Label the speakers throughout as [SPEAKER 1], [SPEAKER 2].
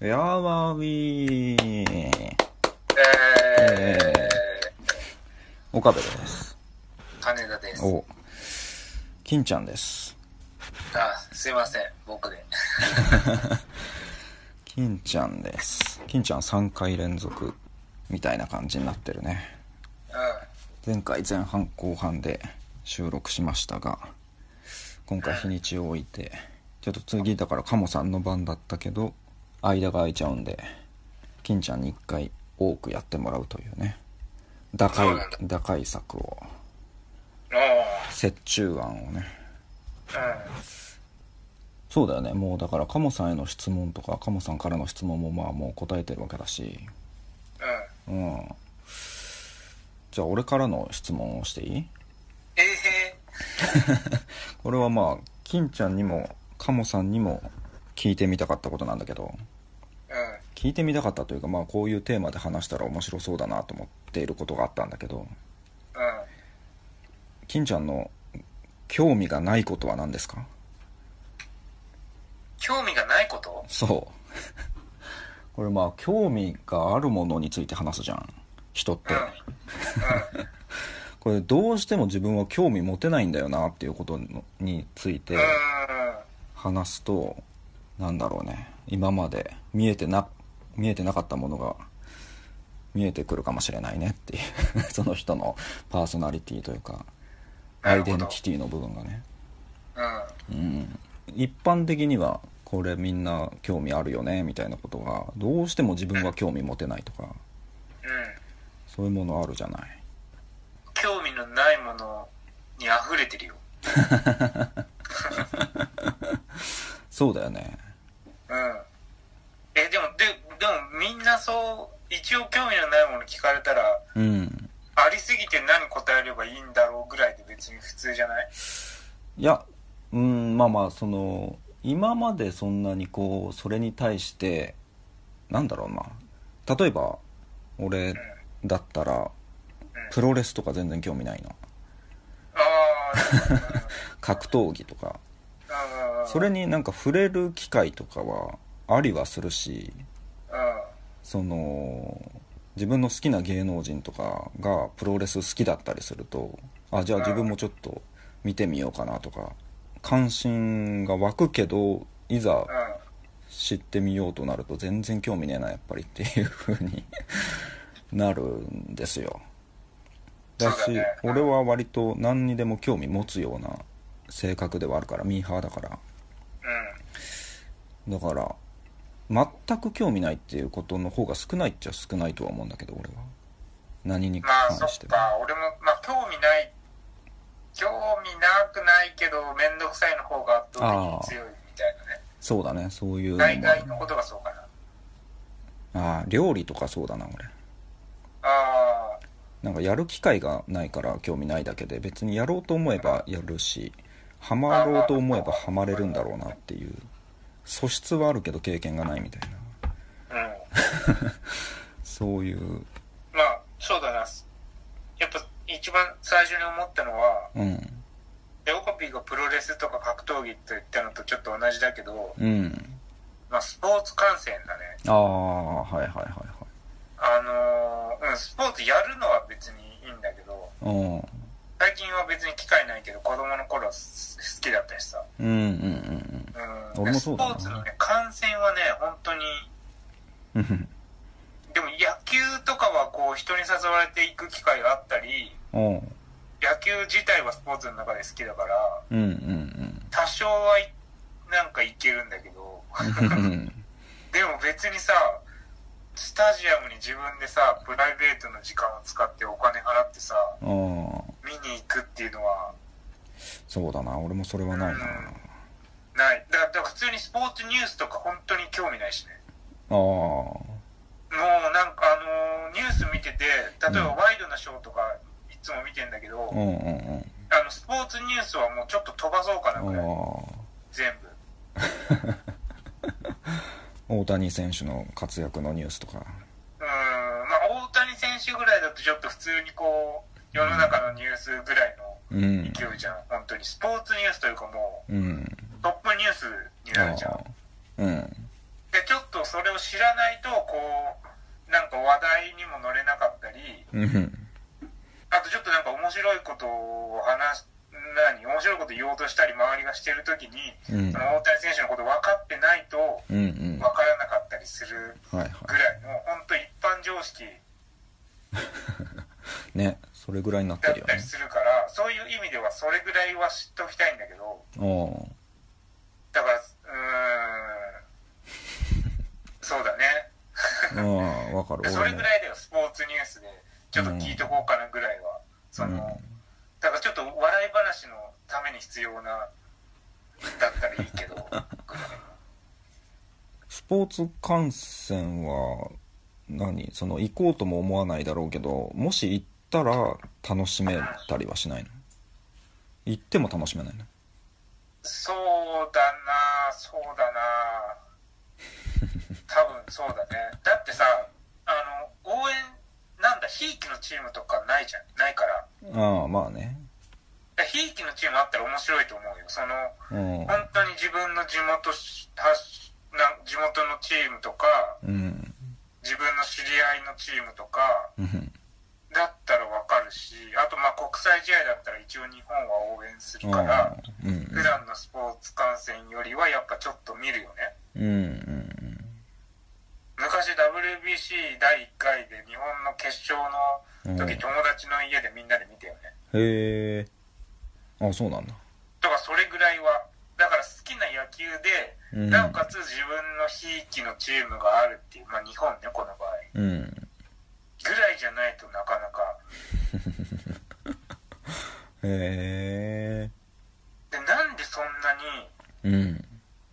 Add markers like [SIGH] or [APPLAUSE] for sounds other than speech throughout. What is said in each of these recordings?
[SPEAKER 1] やばみー。
[SPEAKER 2] えー
[SPEAKER 1] えー、岡部です。
[SPEAKER 2] 金田です。
[SPEAKER 1] お、金ちゃんです。
[SPEAKER 2] あ、すいません、僕で。
[SPEAKER 1] 金ちゃんです。金ちゃん3回連続みたいな感じになってるね。
[SPEAKER 2] う
[SPEAKER 1] 前回前半後半で収録しましたが、今回日にちを置いて、ちょっと次だからカモさんの番だったけど、間が空いちゃうんで、金ちゃんに1回多くやってもらうというね、打開
[SPEAKER 2] そうなんだ、
[SPEAKER 1] 打開策を、
[SPEAKER 2] ん。お
[SPEAKER 1] 折衷案をね、
[SPEAKER 2] ー
[SPEAKER 1] そうだよねもうだからカモさんへの質問とかカモさんからの質問もまあもう答えてるわけだし
[SPEAKER 2] うん。うん。
[SPEAKER 1] うんじゃあ俺からの質問をしていい
[SPEAKER 2] ええ
[SPEAKER 1] これはまあ金ちゃんにもカモさんにも聞いてみたかったことなんだけど
[SPEAKER 2] うん。
[SPEAKER 1] 聞いてみたかったというかまあこういうテーマで話したら面白そうだなと思っていることがあったんだけど
[SPEAKER 2] うん。
[SPEAKER 1] 金ちゃんの興味がないことは何ですか
[SPEAKER 2] 興味がないこと
[SPEAKER 1] [LAUGHS] そうこれまあ興味があるものについて話すじゃん人って、
[SPEAKER 2] うん。うん。
[SPEAKER 1] これどうしても自分は興味持てないんだよなっていうことのについて
[SPEAKER 2] うん。
[SPEAKER 1] 話すとなんだろうね今まで見えてな見えてなかったものが見えてくるかもしれないねっていう [LAUGHS] その人のパーソナリティというかア
[SPEAKER 2] な
[SPEAKER 1] イ
[SPEAKER 2] るほ
[SPEAKER 1] デ
[SPEAKER 2] ど
[SPEAKER 1] ンティティの部分がね
[SPEAKER 2] うん。
[SPEAKER 1] うん一般的にはこれみんな興味あるよねみたいなことがどうしても自分は興味持てないとか
[SPEAKER 2] うん。
[SPEAKER 1] そういうものあるじゃない
[SPEAKER 2] 興味のないものに溢れてるよ。
[SPEAKER 1] そうだよね
[SPEAKER 2] うん。え、でも、で、でもみんなそう、一応興味のないもの聞かれたら、
[SPEAKER 1] うん
[SPEAKER 2] ありすぎて何答えればいいんだろうぐらいで別に普通じゃない
[SPEAKER 1] いやうんまあまあその今までそんなにこうそれに対してなんだろうな例えば俺だったらプロレスとか全然興味ないの
[SPEAKER 2] ああ、
[SPEAKER 1] 格闘技とか
[SPEAKER 2] うん。うん。
[SPEAKER 1] それになんか触れる機会とかはありはするし
[SPEAKER 2] うん。
[SPEAKER 1] その自分の好きな芸能人とかがプロレス好きだったりするとあじゃあ自分もちょっと見てみようかなとか関心が湧くけどいざ
[SPEAKER 2] うん。
[SPEAKER 1] 知ってみようとなると全然興味ねえなやっぱりっていう風
[SPEAKER 2] [LAUGHS]
[SPEAKER 1] になるんですよだし
[SPEAKER 2] そうだねうん
[SPEAKER 1] 俺は割と何にでも興味持つような性格ではあるからミーハーだから
[SPEAKER 2] う
[SPEAKER 1] だから全く興味ないっていうことの方が少ないっちゃ少ないとは思うんだけど俺は何に
[SPEAKER 2] ん、まあ
[SPEAKER 1] 関
[SPEAKER 2] そ
[SPEAKER 1] し
[SPEAKER 2] って
[SPEAKER 1] も
[SPEAKER 2] か俺もまあ興味ない興味なくないけど面倒くさいの方が圧倒的に強いみたいなね
[SPEAKER 1] そうだねそういうのもあ
[SPEAKER 2] 大
[SPEAKER 1] る
[SPEAKER 2] 概のことがそうかな
[SPEAKER 1] ああ料理とかそうだな俺
[SPEAKER 2] ああ
[SPEAKER 1] なんかやる機会がないから興味ないだけで別にやろうと思えばやるしハマろうと思えばハマれるんだろうなっていう素質はあるけど経験がないみたいな
[SPEAKER 2] うん
[SPEAKER 1] そういう
[SPEAKER 2] まあそうだなやっぱ一番最初に思ったのは
[SPEAKER 1] うん
[SPEAKER 2] レオコピーがプロレスとか格闘技と言ったのとちょっと同じだけど、
[SPEAKER 1] うん
[SPEAKER 2] まあ、スポーツ観戦だね
[SPEAKER 1] ああはいはいはい
[SPEAKER 2] あのーうんスポーツやるのは別にいいんだけど
[SPEAKER 1] はい
[SPEAKER 2] 最近は別に機会ないけど子供の頃はす好きだったしさ
[SPEAKER 1] うんうんうん
[SPEAKER 2] うん
[SPEAKER 1] 俺もそうだな
[SPEAKER 2] スポーツのね、観戦はね、本当に、
[SPEAKER 1] うんうん
[SPEAKER 2] でも野球とかはこう、人に誘われていく機会があったり、
[SPEAKER 1] おう
[SPEAKER 2] 野球自体はスポーツの中で好きだから、
[SPEAKER 1] うんうん
[SPEAKER 2] 多少はい、なんかいけるんだけど、
[SPEAKER 1] うんうん
[SPEAKER 2] でも別にさ、スタジアムに自分でさ、プライベートの時間を使ってお金払ってさ、
[SPEAKER 1] うんああ
[SPEAKER 2] 見に行くっていうのは、
[SPEAKER 1] そうだな俺もそれはないな
[SPEAKER 2] ない。だだから普通にスポーツニュースとか本当に興味ないしね。
[SPEAKER 1] ああ
[SPEAKER 2] もうなんかあのーニュース見てて例えばワイドなショーとかいつも見てんだけど、
[SPEAKER 1] うんうんうん
[SPEAKER 2] あのスポーツニュースはもうちょっと飛ばそうかなぐらい
[SPEAKER 1] ああ
[SPEAKER 2] 全部
[SPEAKER 1] 大谷選手の活躍のニュースとか
[SPEAKER 2] うーんまあ大谷選手ぐらいだとちょっと普通にこう世の中のニュースぐらいの
[SPEAKER 1] うん
[SPEAKER 2] 勢いじゃん本当にスポーツニュースというかも
[SPEAKER 1] うん
[SPEAKER 2] うトップニュースになるじゃん
[SPEAKER 1] うん
[SPEAKER 2] でちょっとそれを知らないとこうなんか話題にも乗れなかったり
[SPEAKER 1] うん
[SPEAKER 2] あとちょっとなんか面白いことを話す何面白いこと言おうとしたり周りがしてる時に、
[SPEAKER 1] うん
[SPEAKER 2] その大谷選手のこと分かってないと
[SPEAKER 1] うんうん
[SPEAKER 2] 分からなかったりする
[SPEAKER 1] はいはい
[SPEAKER 2] ぐらいの本当一般常識
[SPEAKER 1] ねそれぐらいになって
[SPEAKER 2] だっ
[SPEAKER 1] るよ
[SPEAKER 2] た
[SPEAKER 1] ね
[SPEAKER 2] りするからそういう意味ではそれぐらいは知っておきたいんだけど
[SPEAKER 1] おー
[SPEAKER 2] だからうーんそうだね
[SPEAKER 1] ああわかる [LAUGHS]
[SPEAKER 2] そ
[SPEAKER 1] 俺
[SPEAKER 2] れ
[SPEAKER 1] も
[SPEAKER 2] ぐらいだよスポーツニュースでちょっと聞いとこうかなぐらいは、そのだからちょっと笑い話のために必要なだったらいいけど
[SPEAKER 1] [LAUGHS]
[SPEAKER 2] ぐらい
[SPEAKER 1] スポーツ観戦は何その行こうとも思わないだろうけどもし行ったら楽しめたりはしないの行っても楽しめないの
[SPEAKER 2] そうだなそう
[SPEAKER 1] [LAUGHS]
[SPEAKER 2] だな多分そうだねだってさあの応援なんだひいきのチームとかないじゃんないから
[SPEAKER 1] ああまあね
[SPEAKER 2] だからひいきのチームあったら面白いと思うよその
[SPEAKER 1] うん
[SPEAKER 2] 本当に自分の地元しはしな地元のチームとか
[SPEAKER 1] うん
[SPEAKER 2] 自分の知り合いのチームとか
[SPEAKER 1] うん
[SPEAKER 2] だったらわかるしあとまあ国際試合だったら一応日本は応援するか
[SPEAKER 1] ああ
[SPEAKER 2] ら
[SPEAKER 1] うん
[SPEAKER 2] 普段のスポーツ観戦よりはやっぱちょっと見るよね
[SPEAKER 1] うんうんうん
[SPEAKER 2] 昔 WBC 第1回で日本の決勝の
[SPEAKER 1] う
[SPEAKER 2] 時、
[SPEAKER 1] ん
[SPEAKER 2] 友達の家でみんなで見たよね
[SPEAKER 1] へえあそうなんだ
[SPEAKER 2] とかそれぐらいはだから好きな野球で、
[SPEAKER 1] うん
[SPEAKER 2] なおかつ自分のひいきのチームがあるっていうまあ日本ねこの場合
[SPEAKER 1] うん
[SPEAKER 2] ぐらいじゃないとなかなか
[SPEAKER 1] へえ
[SPEAKER 2] でなんでそんなに
[SPEAKER 1] うん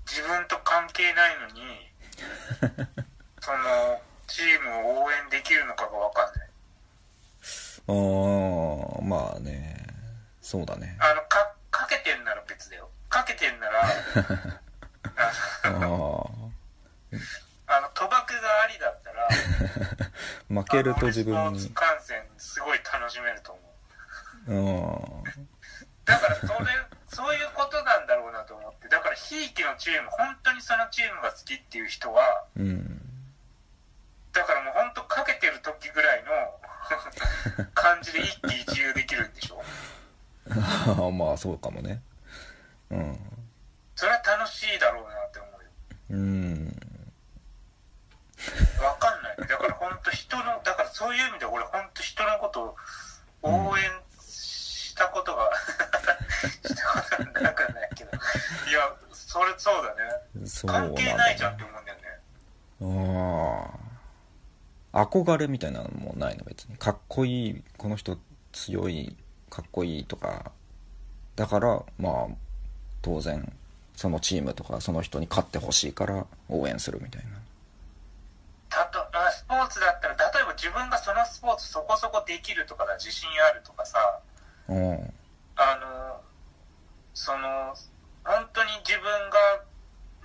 [SPEAKER 2] 自分と関係ないの
[SPEAKER 1] [LAUGHS]
[SPEAKER 2] にそのチームを応援できるのかが分かんない
[SPEAKER 1] ああまあねそうだね
[SPEAKER 2] あのかかけてんなら別だよかけてんなら
[SPEAKER 1] あ
[SPEAKER 2] あの
[SPEAKER 1] あ
[SPEAKER 2] あの賭博がありだったら
[SPEAKER 1] 負けると自
[SPEAKER 2] あの
[SPEAKER 1] 分
[SPEAKER 2] 俺スポーツ
[SPEAKER 1] に
[SPEAKER 2] 観戦すごい楽しめると思う
[SPEAKER 1] うん
[SPEAKER 2] だからそれそういうことなんだろうなと思ってだからひいきのチーム本当にそのチームが好きっていう人は
[SPEAKER 1] うん [LAUGHS]
[SPEAKER 2] だからもう本当かけてる時ぐらいの感じで一喜一憂できるんでしょ
[SPEAKER 1] ああまあそうかもねうん
[SPEAKER 2] それは楽しいだろうなって思うよ
[SPEAKER 1] うん
[SPEAKER 2] わかんないだから本当人のだからそういう意味で俺本当人のことを応援したことが、 [LAUGHS] したことがなくはないけどいやそれそうだね
[SPEAKER 1] そうなん
[SPEAKER 2] 関
[SPEAKER 1] だ、
[SPEAKER 2] 係ないじゃんって思うんだよね
[SPEAKER 1] ああ憧れみたいなのもないの別にかっこいいこの人強いかっこいいとかだからまあ当然そのチームとかその人に勝ってほしいから応援するみたいな
[SPEAKER 2] たとあスポーツだったら例えば自分がそのスポーツそこそこできるとかだ自信あるとかさ
[SPEAKER 1] うん
[SPEAKER 2] あのその本当に自分が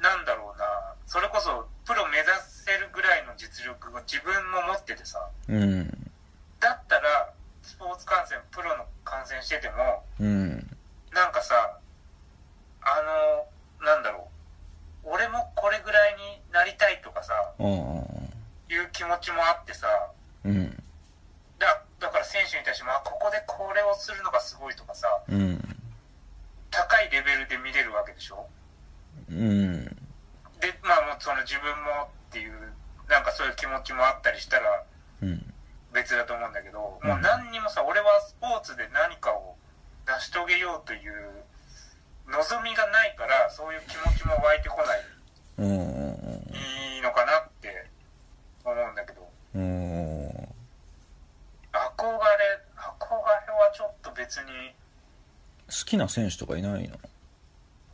[SPEAKER 2] なんだろうなそれこそプロ目指せるぐらいの実力を自分も持っててさ
[SPEAKER 1] うん
[SPEAKER 2] だったらスポーツ観戦プロの観戦してても
[SPEAKER 1] うん
[SPEAKER 2] なんかさあのなんだろう俺もこれぐらいになりたいとかさ
[SPEAKER 1] うん
[SPEAKER 2] いう気持ちもあってさ
[SPEAKER 1] うん
[SPEAKER 2] だだから選手に対してもあここでこれをするのがすごいとかさ
[SPEAKER 1] うん
[SPEAKER 2] 高いレベルで見れるわけでしょ
[SPEAKER 1] うん
[SPEAKER 2] でまあもうその自分もっていうなんかそういう気持ちもあったりしたら
[SPEAKER 1] うん
[SPEAKER 2] 別だと思うんだけど、
[SPEAKER 1] うん
[SPEAKER 2] もう何にもさ俺はスポーツで何かを成し遂げようという望みがないからそういう気持ちも湧いてこない
[SPEAKER 1] うんうん
[SPEAKER 2] いいのかなって思うんだけど
[SPEAKER 1] うんうん
[SPEAKER 2] 憧れ憧れはちょっと別に
[SPEAKER 1] 好きな選手とかいないの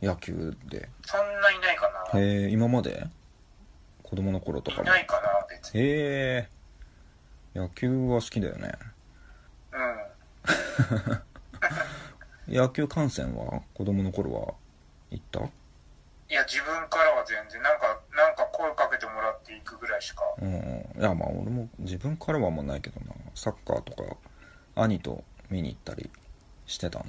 [SPEAKER 1] 野球で
[SPEAKER 2] そんないないかな、
[SPEAKER 1] へえ今まで子供の頃とか
[SPEAKER 2] い
[SPEAKER 1] も
[SPEAKER 2] ないかな別に
[SPEAKER 1] へえ野球は好きだよね
[SPEAKER 2] うん
[SPEAKER 1] 野球観戦は子供の頃は行った
[SPEAKER 2] いや自分からは全然なんかなんか声かけてもらっていくぐらいしか
[SPEAKER 1] うんいやまあ俺も自分からはもうないけどなサッカーとか兄と見に行ったりしてたな
[SPEAKER 2] う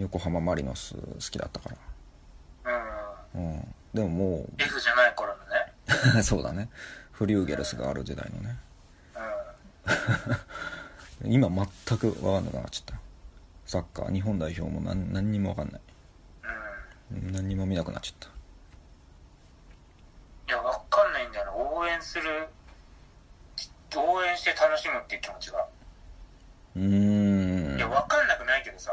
[SPEAKER 2] ん
[SPEAKER 1] 横浜マリノス好きだったから
[SPEAKER 2] うん
[SPEAKER 1] うんでもも
[SPEAKER 2] F じゃない頃のね。
[SPEAKER 1] う [LAUGHS] そうだねフリューゲルスがある時代のね
[SPEAKER 2] う
[SPEAKER 1] 今全く分かんなくなっちゃったサッカー日本代表も何何にも分かんない
[SPEAKER 2] ん。うん。
[SPEAKER 1] 何にも見なくなっちゃっ
[SPEAKER 2] いや、わかんないんだよな。応援する、応援して楽しむっていう気持ちが。
[SPEAKER 1] たうーん
[SPEAKER 2] いや、わかんなくないけどさ。 [LAUGHS]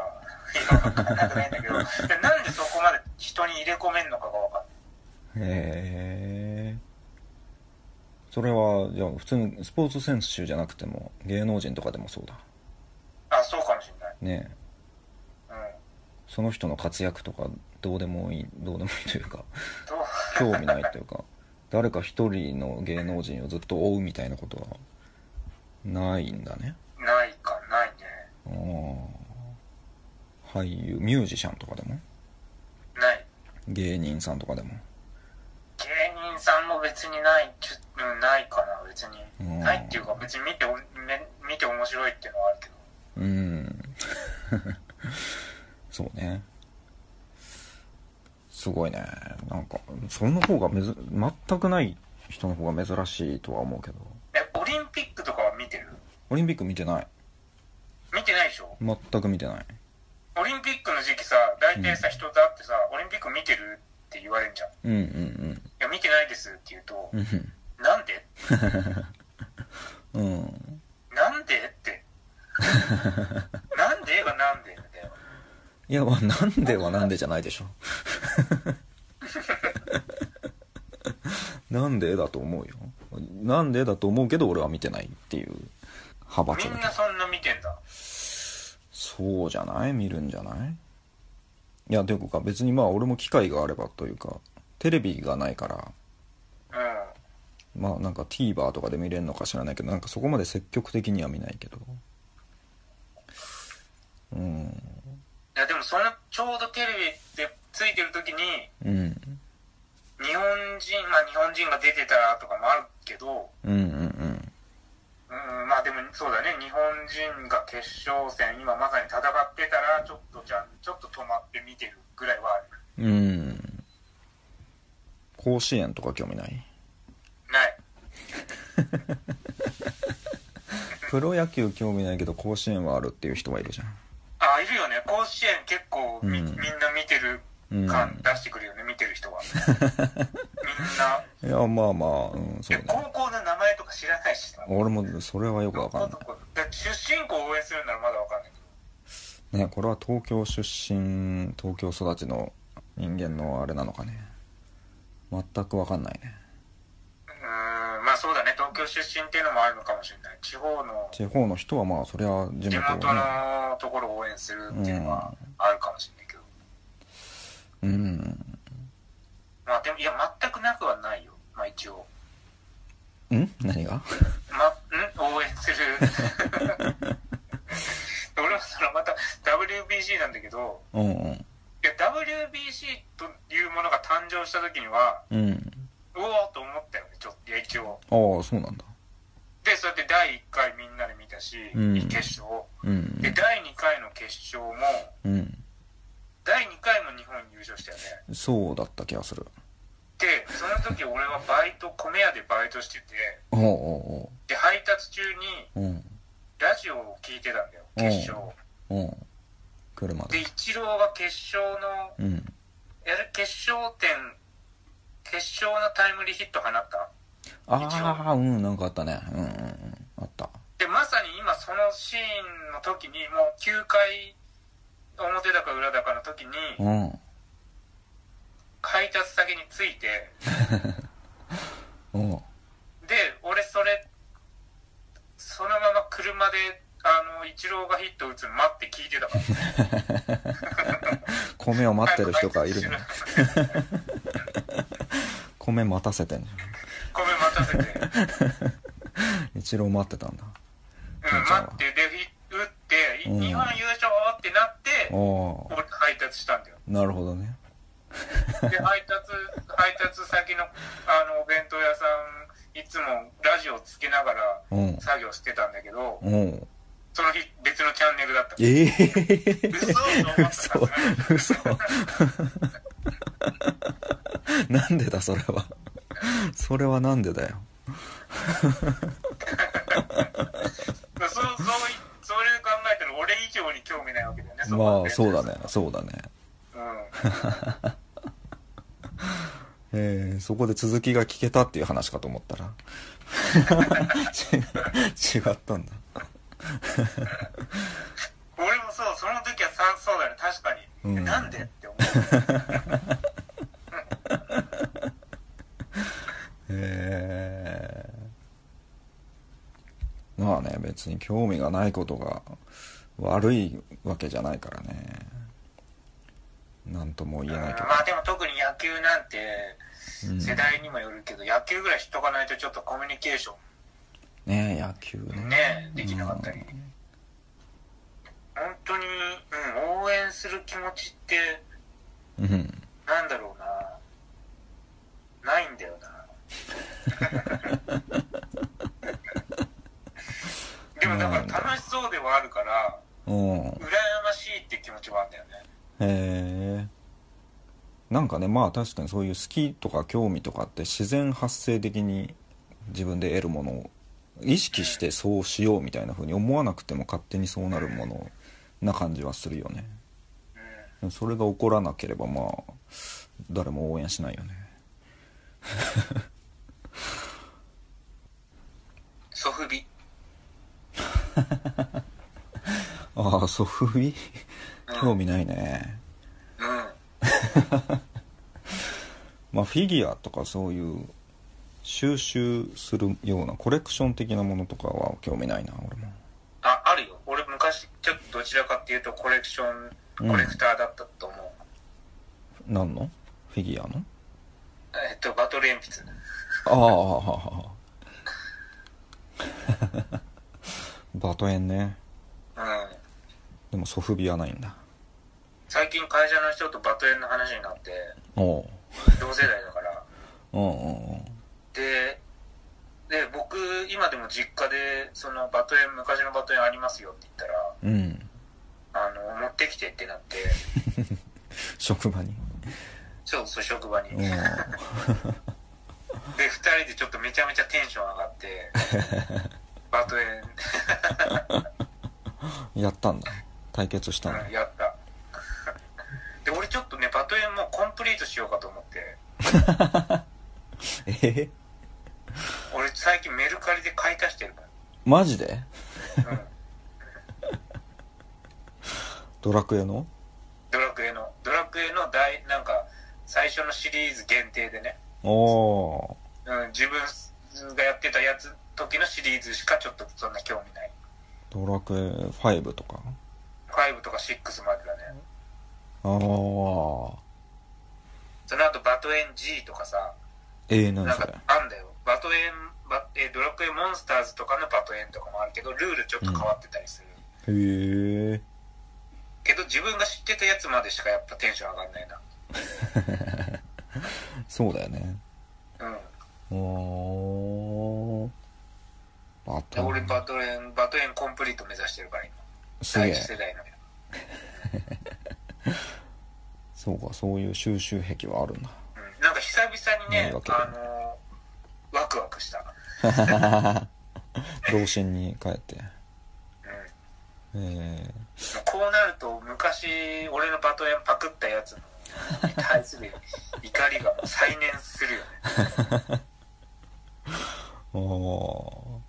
[SPEAKER 2] いや、わかんなくない
[SPEAKER 1] [LAUGHS]
[SPEAKER 2] んだけど。いやなんでそこまで人に入れ込めんのかがわかんない。
[SPEAKER 1] へえそれはじゃあ普通にスポーツ選手じゃなくても芸能人とかでもそうだ
[SPEAKER 2] あ、そうかもしれない。
[SPEAKER 1] ねえ
[SPEAKER 2] うん。
[SPEAKER 1] その人の活躍とかどうでもいいどうでもいいというか [LAUGHS]
[SPEAKER 2] どう
[SPEAKER 1] 興味ないというか誰か一人の芸能人をずっと追うみたいなことはないんだね
[SPEAKER 2] ないか、ないね。
[SPEAKER 1] ああ俳優ミュージシャンとかでも
[SPEAKER 2] ない。
[SPEAKER 1] 芸人さんとかでも
[SPEAKER 2] 芸人さんも別にない、ちょうんないかな、別に
[SPEAKER 1] うん。
[SPEAKER 2] ないっていうか、別に見てお、め見て面白いっていうのはあるけど。
[SPEAKER 1] うん [LAUGHS] そうねすごいねなんかその方がめず全くない人の方が珍しいとは思うけど
[SPEAKER 2] え、オリンピックとかは見てる
[SPEAKER 1] オリンピック見てない
[SPEAKER 2] 見てないでしょ
[SPEAKER 1] 全く見てない
[SPEAKER 2] オリンピックの時期さ、大体さ、人と会ってさ、オリンピック見てるって言われるじゃん。い
[SPEAKER 1] うんうん
[SPEAKER 2] や、見てないですって言うと、
[SPEAKER 1] うん
[SPEAKER 2] なんで
[SPEAKER 1] うんうん
[SPEAKER 2] なんで
[SPEAKER 1] [LAUGHS]
[SPEAKER 2] って。なんでがなんでみたいな。
[SPEAKER 1] いやまあなんではなんでじゃないでしょ [LAUGHS] なんでだと思うよなんでだと思うけど俺は見てないっていう派閥
[SPEAKER 2] み
[SPEAKER 1] だ
[SPEAKER 2] ん
[SPEAKER 1] けど
[SPEAKER 2] なそんな見てんだ。
[SPEAKER 1] そうじゃない見るんじゃないいや、というか別にまあ俺も機会があればというか、テレビがないから、
[SPEAKER 2] うん。
[SPEAKER 1] まあなんか TVer とかで見れるのか知らないけど、なんかそこまで積極的には見ないけど。うん。
[SPEAKER 2] いや、でもその、ちょうどテレビでついてる時に、
[SPEAKER 1] うん。
[SPEAKER 2] 日本人、まあ日本人が出てたらとかもあるけど、
[SPEAKER 1] うんうんうん。
[SPEAKER 2] うん、まあでもそうだね、日本人が決勝戦、今まさに戦ってたら、ちょっとじゃあちょっと止まって見てるぐらいはある。
[SPEAKER 1] うん。甲子園とか興味ない
[SPEAKER 2] ない。
[SPEAKER 1] プロ野球興味ないけど甲子園はあるっていう人はいるじゃん。
[SPEAKER 2] あ、いるよね。甲子園結構み,、
[SPEAKER 1] うん
[SPEAKER 2] ん、みんな見てる
[SPEAKER 1] うん
[SPEAKER 2] 感出してくるよね、見て
[SPEAKER 1] [LAUGHS]
[SPEAKER 2] る人は。みんな。
[SPEAKER 1] いや、まあまあ、うん、そう
[SPEAKER 2] で高
[SPEAKER 1] ね。
[SPEAKER 2] 校の名前とか知らないしさ。
[SPEAKER 1] 俺もそれはよくわかんない
[SPEAKER 2] ど。こどこだ出身校応援するならまだわかんないけど。
[SPEAKER 1] ねこれは東京出身東京育ちの人間のあれなのかね全く分かんないね
[SPEAKER 2] うーん、まあそうだね、東京出身っていうのもあるのかもしれない。地方の
[SPEAKER 1] 地方の人はまあそりゃ地
[SPEAKER 2] 地
[SPEAKER 1] 元
[SPEAKER 2] 元
[SPEAKER 1] をね
[SPEAKER 2] のところを応援するっていうのはあるかもしれないけど、
[SPEAKER 1] うん
[SPEAKER 2] まあでもいや全くなくはないよまあ一応
[SPEAKER 1] うん何が [LAUGHS]
[SPEAKER 2] まん応援する [LAUGHS] 俺はそのまた WBC なんだけど
[SPEAKER 1] うんうん
[SPEAKER 2] いや WBC というものが誕生した時には
[SPEAKER 1] うん
[SPEAKER 2] うおーと思ったよねちょっといや一応
[SPEAKER 1] ああそうなんだ
[SPEAKER 2] でそうやって第1回みんなで見たし、
[SPEAKER 1] うん
[SPEAKER 2] 決勝
[SPEAKER 1] うん
[SPEAKER 2] で第2回の決勝も
[SPEAKER 1] うん
[SPEAKER 2] 第2回も日本優勝したよね
[SPEAKER 1] そうだった気がする
[SPEAKER 2] でその時俺はバイト米屋でバイトしてて
[SPEAKER 1] おうお
[SPEAKER 2] で配達中に
[SPEAKER 1] うおううん
[SPEAKER 2] ラジオを聞いてたんだよ決勝
[SPEAKER 1] うん車
[SPEAKER 2] で
[SPEAKER 1] で
[SPEAKER 2] イチローが決勝の
[SPEAKER 1] うん
[SPEAKER 2] やる決勝点決勝のタイムリーヒット放った
[SPEAKER 1] ああうんなんかあったねうんうんうんあった
[SPEAKER 2] でまさに今そのシーンの時にもう9回表だか裏だかの時
[SPEAKER 1] う
[SPEAKER 2] に
[SPEAKER 1] ん
[SPEAKER 2] 配達先に着いて
[SPEAKER 1] うん
[SPEAKER 2] で俺それそのまま車であのイチローがヒット打つの待って聞いてたから
[SPEAKER 1] 米を [LAUGHS] 待ってる人がいるね
[SPEAKER 2] 早く
[SPEAKER 1] 米待たせてんじ
[SPEAKER 2] [LAUGHS] ごめん待たせて
[SPEAKER 1] ゃん一郎待ってたんだ
[SPEAKER 2] うん、待って、で、ひ打って、い
[SPEAKER 1] うん
[SPEAKER 2] 日本優勝ってなって、
[SPEAKER 1] お
[SPEAKER 2] 俺配達したんだよ。
[SPEAKER 1] なるほどね [LAUGHS]
[SPEAKER 2] で、配達、配達先の、あの、お弁当屋さん、いつもラジオつけながら
[SPEAKER 1] うん
[SPEAKER 2] 作業してたんだけど、
[SPEAKER 1] うん
[SPEAKER 2] その日、別のチャンネルだった。
[SPEAKER 1] ええ [LAUGHS]
[SPEAKER 2] 嘘と思った
[SPEAKER 1] 嘘嘘 [LAUGHS] なんでだそれはそれはなんでだよ
[SPEAKER 2] そうそういそれ考えたら俺以上に興味ないわけだよね
[SPEAKER 1] まあそうだ
[SPEAKER 2] ね、
[SPEAKER 1] ねそうだね
[SPEAKER 2] うん、
[SPEAKER 1] えーそこで続きが聞けたっていう話かと思ったら [LAUGHS] 違う違ったんだ
[SPEAKER 2] 俺もそうその時はさそうだよね確かに、
[SPEAKER 1] うん
[SPEAKER 2] なんでって思う
[SPEAKER 1] えーまあね別に興味がないことが悪いわけじゃないからねなんとも言えないけど
[SPEAKER 2] まあでも特に野球なんて
[SPEAKER 1] うん
[SPEAKER 2] 世代にもよるけど、野球ぐらい知っとかないとちょっとコミュニケーショ
[SPEAKER 1] ねえ野球ね
[SPEAKER 2] ンねできなかったり、本当に、うん、応援する気持ちって
[SPEAKER 1] うんうん
[SPEAKER 2] なんだろうなないんだよ
[SPEAKER 1] [LAUGHS]
[SPEAKER 2] なでもだから楽しそうではあるから
[SPEAKER 1] うんへ
[SPEAKER 2] 羨ましいって気持ちもあるんだよね
[SPEAKER 1] えなんかねまあ確かにそういう好きとか興味とかって自然発生的に自分で得るものを意識してそうしようみたいな風に思わなくても勝手にそうなるものな感じはするよね
[SPEAKER 2] うん
[SPEAKER 1] でもそれが起こらなければまあ誰も応援しないよね
[SPEAKER 2] ソフビ
[SPEAKER 1] ああソフビ興味ないね
[SPEAKER 2] うん
[SPEAKER 1] まあフィギュアとかそういう収集するようなコレクション的なものとかは興味ないな俺も
[SPEAKER 2] ああるよ俺昔ちょっとどちらかっていうとコレクション
[SPEAKER 1] うん
[SPEAKER 2] コレクターだったと思う、
[SPEAKER 1] 何のフィギュアの
[SPEAKER 2] えっとバトル鉛筆
[SPEAKER 1] ああああバトエンね
[SPEAKER 2] うん
[SPEAKER 1] でもソフビはないんだ
[SPEAKER 2] 最近会社の人とバトルの話になって
[SPEAKER 1] おう
[SPEAKER 2] 同世代だから
[SPEAKER 1] うんうんうん
[SPEAKER 2] でで僕今でも実家でそのバトル昔のバトルありますよって言っ
[SPEAKER 1] うん
[SPEAKER 2] たらあの持ってきてってなって
[SPEAKER 1] 職場に
[SPEAKER 2] そうそう職場に
[SPEAKER 1] うん
[SPEAKER 2] で2人でちょっとめちゃめちゃテンション上がって
[SPEAKER 1] [LAUGHS]
[SPEAKER 2] バトル
[SPEAKER 1] やったんだ対決したんだ
[SPEAKER 2] うん、 [LAUGHS] やった。で、俺ちょっとね、バトエンもうコンプリートしようかと思って、
[SPEAKER 1] えー
[SPEAKER 2] 俺最近メルカリで買い足してるか
[SPEAKER 1] マジで
[SPEAKER 2] ら、うん、
[SPEAKER 1] ドラクエの
[SPEAKER 2] ドラクエの、ドラクエの大、なんか、最初のシリーズ限定でね、
[SPEAKER 1] おお
[SPEAKER 2] うん、自分がやってたやつ、時のシリーズしかちょっとそんな興味ない。
[SPEAKER 1] ードラクエ5とか
[SPEAKER 2] 5とか6までだね。
[SPEAKER 1] ああ
[SPEAKER 2] その後バトエン G とかさ、
[SPEAKER 1] ええ何
[SPEAKER 2] なん
[SPEAKER 1] それ
[SPEAKER 2] かあんだよ。バトエン、バえードラクエモンスターズとかのバトエンとかもあるけど、ルールちょっと変わってたりす
[SPEAKER 1] へ
[SPEAKER 2] る。
[SPEAKER 1] え
[SPEAKER 2] けど自分が知ってたやつまでしかやっぱテンション上がんないな
[SPEAKER 1] そうだよね
[SPEAKER 2] うん
[SPEAKER 1] おーバ
[SPEAKER 2] で
[SPEAKER 1] ト
[SPEAKER 2] 俺バトエンバトエンコンプリート目指してるから今
[SPEAKER 1] すげ
[SPEAKER 2] 第
[SPEAKER 1] え
[SPEAKER 2] 一世代の
[SPEAKER 1] そうかそういう収集癖はあるんだ
[SPEAKER 2] うんなんか久々に
[SPEAKER 1] い
[SPEAKER 2] ね
[SPEAKER 1] いわけだ
[SPEAKER 2] あのーワクワクした [LAUGHS]
[SPEAKER 1] 童心に帰って
[SPEAKER 2] うん
[SPEAKER 1] ええ
[SPEAKER 2] こうなると昔俺のバトエンパクったやつのに対する怒りがもう再燃するよね
[SPEAKER 1] ー、お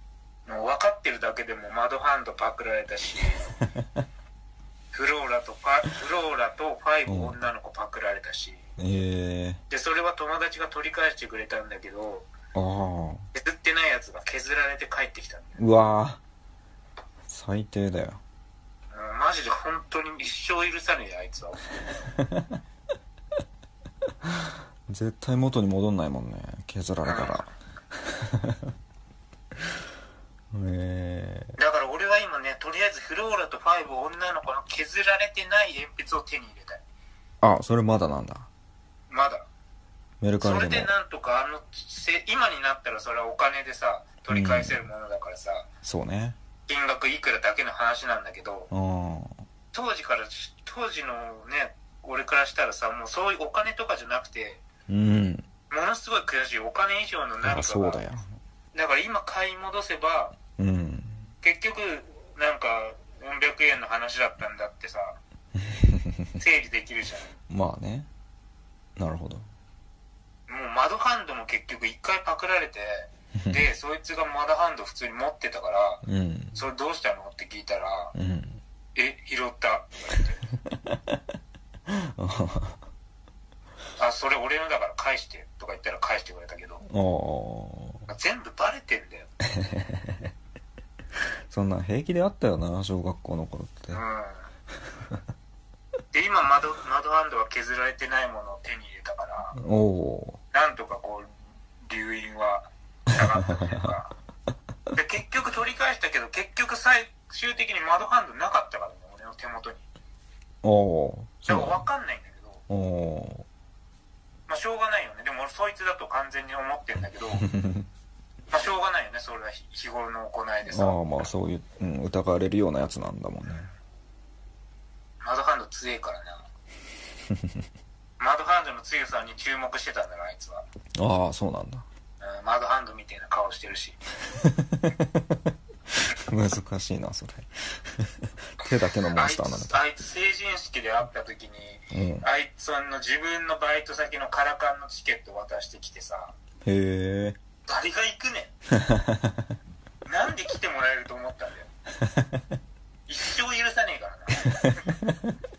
[SPEAKER 1] ー
[SPEAKER 2] もう分かってるだけでもマドハンドパクられたしフローラとパフローラとファイブ
[SPEAKER 1] うん
[SPEAKER 2] 女の子パクられたし
[SPEAKER 1] ええ
[SPEAKER 2] でそれは友達が取り返してくれたんだけど
[SPEAKER 1] ああ
[SPEAKER 2] 削ってないやつが削られて帰ってきたんだよ、
[SPEAKER 1] うわー最低だよ
[SPEAKER 2] うん、マジで本当に一生許さねえよあいつは
[SPEAKER 1] 絶対元に戻んないもんね削られたら [LAUGHS] ええ
[SPEAKER 2] だから俺は今ねとりあえずフローラとファイブ女の子の削られてない鉛筆を手に入れたい
[SPEAKER 1] あそれまだなんだ
[SPEAKER 2] まだ
[SPEAKER 1] メル
[SPEAKER 2] そ
[SPEAKER 1] カ
[SPEAKER 2] れ
[SPEAKER 1] リで
[SPEAKER 2] で
[SPEAKER 1] も
[SPEAKER 2] なんとかあのせ今になったらそれはお金でさ取り返せるものだからさ、
[SPEAKER 1] そうね
[SPEAKER 2] 金額いくらだけの話なんだけど
[SPEAKER 1] うん
[SPEAKER 2] 当時から当時のね俺からしたらさもうそういうお金とかじゃなくて
[SPEAKER 1] うん
[SPEAKER 2] ものすごい悔しいお金以上の
[SPEAKER 1] やっ
[SPEAKER 2] 何
[SPEAKER 1] ぱ
[SPEAKER 2] か
[SPEAKER 1] そう
[SPEAKER 2] が
[SPEAKER 1] だよ
[SPEAKER 2] だから今買い戻せば
[SPEAKER 1] うん
[SPEAKER 2] 結局なんか400円の話だったんだ
[SPEAKER 1] [LAUGHS]
[SPEAKER 2] ってさ整理できるじゃん
[SPEAKER 1] まあねなるほど
[SPEAKER 2] もう窓ハンドも結局一回パクられてでそいつが窓ハンド普通に持ってたから
[SPEAKER 1] うん
[SPEAKER 2] それどうしたのって聞いたら
[SPEAKER 1] うん
[SPEAKER 2] 「え拾った」
[SPEAKER 1] あ
[SPEAKER 2] あそれ俺のだから返して」とか言ったら返してくれたけど
[SPEAKER 1] あー
[SPEAKER 2] 全部バレてんだよ
[SPEAKER 1] そんなん平気であったよな小学校の頃って
[SPEAKER 2] うんで今窓窓ハンドは削られてないものを手に入れたから
[SPEAKER 1] おお
[SPEAKER 2] なんとかこう留飲は下がったというかで結局取り返したけど結局最終的に窓ハンドなかったからね俺の手元に
[SPEAKER 1] ーおおそう
[SPEAKER 2] だから分
[SPEAKER 1] だ
[SPEAKER 2] かんないんだけど
[SPEAKER 1] おお
[SPEAKER 2] まあしょうがないよねでも俺そいつだと完全に思ってんだけ
[SPEAKER 1] [LAUGHS]
[SPEAKER 2] どまあしょうがないよねそれは日日頃の行いでさ
[SPEAKER 1] まあまあそういう、うん、疑われるようなやつなんだもんね
[SPEAKER 2] 窓ハンド強いから
[SPEAKER 1] [LAUGHS]
[SPEAKER 2] な窓ハンドの強さに注目してたんだなあいつは
[SPEAKER 1] ああそうなんだ [LAUGHS]
[SPEAKER 2] うんマドハンドみたいな顔してるし
[SPEAKER 1] 難しいなそれ手だけのモ
[SPEAKER 2] あ
[SPEAKER 1] ン
[SPEAKER 2] い
[SPEAKER 1] ス
[SPEAKER 2] つ
[SPEAKER 1] ターなのか
[SPEAKER 2] あいつ成人式で会った時に、
[SPEAKER 1] うん
[SPEAKER 2] あいつの自分のバイト先のカラカンのチケット渡してきてさ
[SPEAKER 1] へえ
[SPEAKER 2] 誰が行くね
[SPEAKER 1] [LAUGHS]
[SPEAKER 2] んなんで来てもらえると思ったんだよ一生許さねえからない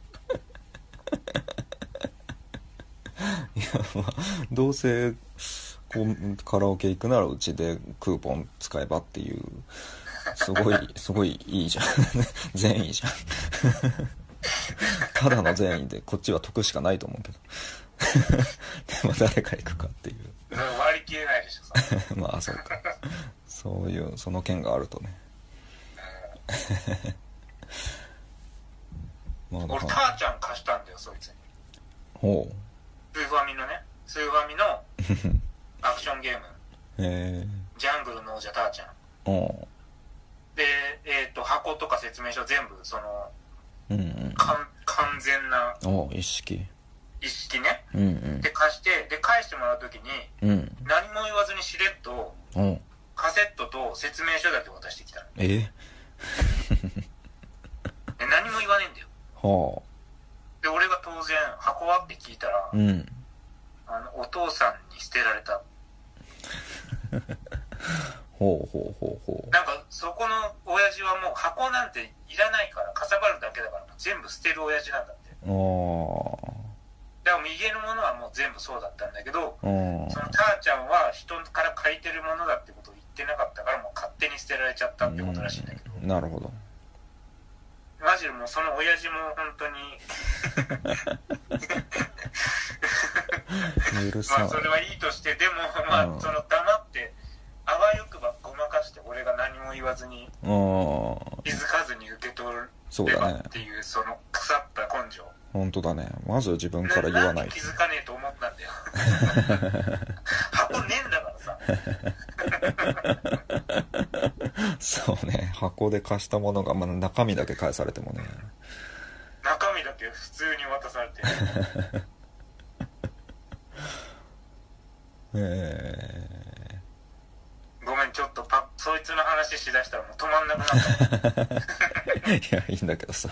[SPEAKER 1] やまあどうせこうカラオケ行くならうちでクーポン使えばっていうすごい [LAUGHS] すごいいいじゃん善意じゃん [LAUGHS] ただの善意でこっちは得しかないと思うけど [LAUGHS] でも誰か行くかってい
[SPEAKER 2] それ割り切れないで
[SPEAKER 1] [LAUGHS]
[SPEAKER 2] しょさ
[SPEAKER 1] う [LAUGHS] まあそうかそういうその件があるとね [LAUGHS] まあだ
[SPEAKER 2] 俺タ
[SPEAKER 1] から
[SPEAKER 2] ーちゃん貸したんだよそいつに
[SPEAKER 1] ほう [LAUGHS]
[SPEAKER 2] スーファミのねスーファミのアクションゲーム
[SPEAKER 1] へえ
[SPEAKER 2] 「ジャングルの王者ターちゃん
[SPEAKER 1] うん」
[SPEAKER 2] で、えー、と箱とか説明書全部その
[SPEAKER 1] うんうん
[SPEAKER 2] かん完全な
[SPEAKER 1] おう一式
[SPEAKER 2] 意識ね
[SPEAKER 1] うんうん
[SPEAKER 2] で貸してで返してもらう時に
[SPEAKER 1] うん
[SPEAKER 2] 何も言わずにしれっと
[SPEAKER 1] うん
[SPEAKER 2] カセットと説明書だけ渡してきたの
[SPEAKER 1] え
[SPEAKER 2] で何も言わねえんだよ
[SPEAKER 1] は
[SPEAKER 2] で俺が当然箱はって聞いたら、
[SPEAKER 1] あうん
[SPEAKER 2] あのお父さんに捨てられた
[SPEAKER 1] ほうほうほうほ
[SPEAKER 2] なんかそこの親父はもう箱なんていらないからかさばるだけだから全部捨てる親父なんだって
[SPEAKER 1] う
[SPEAKER 2] だから家のものはもう全部そうだったんだけど
[SPEAKER 1] ああうん
[SPEAKER 2] そのターちゃんは人から借りてるものだってことを言ってなかったからもう勝手に捨てられちゃったってことらしいんだけど、
[SPEAKER 1] なるほど
[SPEAKER 2] マジでもうその親父も本当に
[SPEAKER 1] 許さ
[SPEAKER 2] ま
[SPEAKER 1] な
[SPEAKER 2] あ
[SPEAKER 1] い
[SPEAKER 2] それはいいとしてでもま
[SPEAKER 1] うん
[SPEAKER 2] あその黙ってあわよくばごまかして俺が何も言わずに
[SPEAKER 1] うん
[SPEAKER 2] 気づかずに受け取
[SPEAKER 1] そう
[SPEAKER 2] れば
[SPEAKER 1] だね
[SPEAKER 2] っていうその腐った根性
[SPEAKER 1] 本当だねまず自分から
[SPEAKER 2] な
[SPEAKER 1] 言わ
[SPEAKER 2] な
[SPEAKER 1] なんい
[SPEAKER 2] で気づかねえと思ったんだよ箱ねえんだからさ
[SPEAKER 1] そうね箱で貸したものが、まあ、中身だけ返されてもね
[SPEAKER 2] 中身だけ普通に渡されて
[SPEAKER 1] え
[SPEAKER 2] ごめんちょっとパそいつの話しだしたらもう止まんなくなった
[SPEAKER 1] えいやいいんだけどさ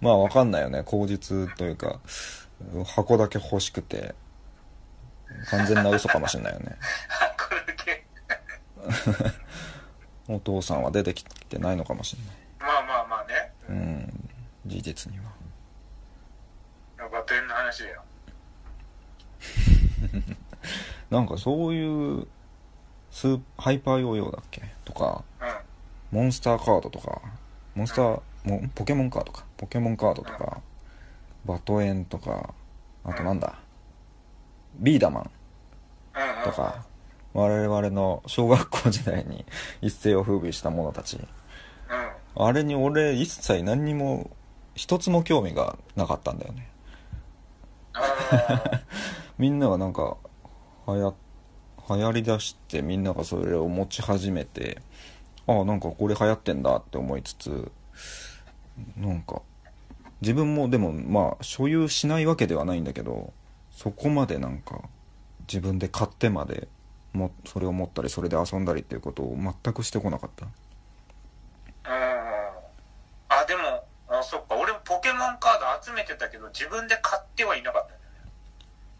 [SPEAKER 1] まあわかんないよね口実というか箱だけ欲しくて完全な嘘かもしれないよね
[SPEAKER 2] これだけ
[SPEAKER 1] お父さんは出てきてないのかもし
[SPEAKER 2] まあまあまあね、
[SPEAKER 1] れないうん事実には
[SPEAKER 2] バテンの話だよ
[SPEAKER 1] なんかそういうスーハイパーヨーヨーだっけとか
[SPEAKER 2] うん
[SPEAKER 1] モンスターカードとかモンスターもポケモンカードかポケモンカードとかバトエンとかあとなんだビーダマン
[SPEAKER 2] うんうん
[SPEAKER 1] とか我々の小学校時代に [LAUGHS] 一世を風靡した者たち
[SPEAKER 2] うん
[SPEAKER 1] あれに俺一切何にも一つも興味がなかったんだよね
[SPEAKER 2] あ
[SPEAKER 1] みんながなんかはや流行りだしてみんながそれを持ち始めてああなんかこれ流行ってんだって思いつつなんか自分もでもまあ所有しないわけではないんだけどそこまでなんか自分で買ってまでもそれを持ったりそれで遊んだりっていうことを全くしてこなかった
[SPEAKER 2] うんあでもあそっか俺もポケモンカード集めてたけど自分で買ってはいなかっ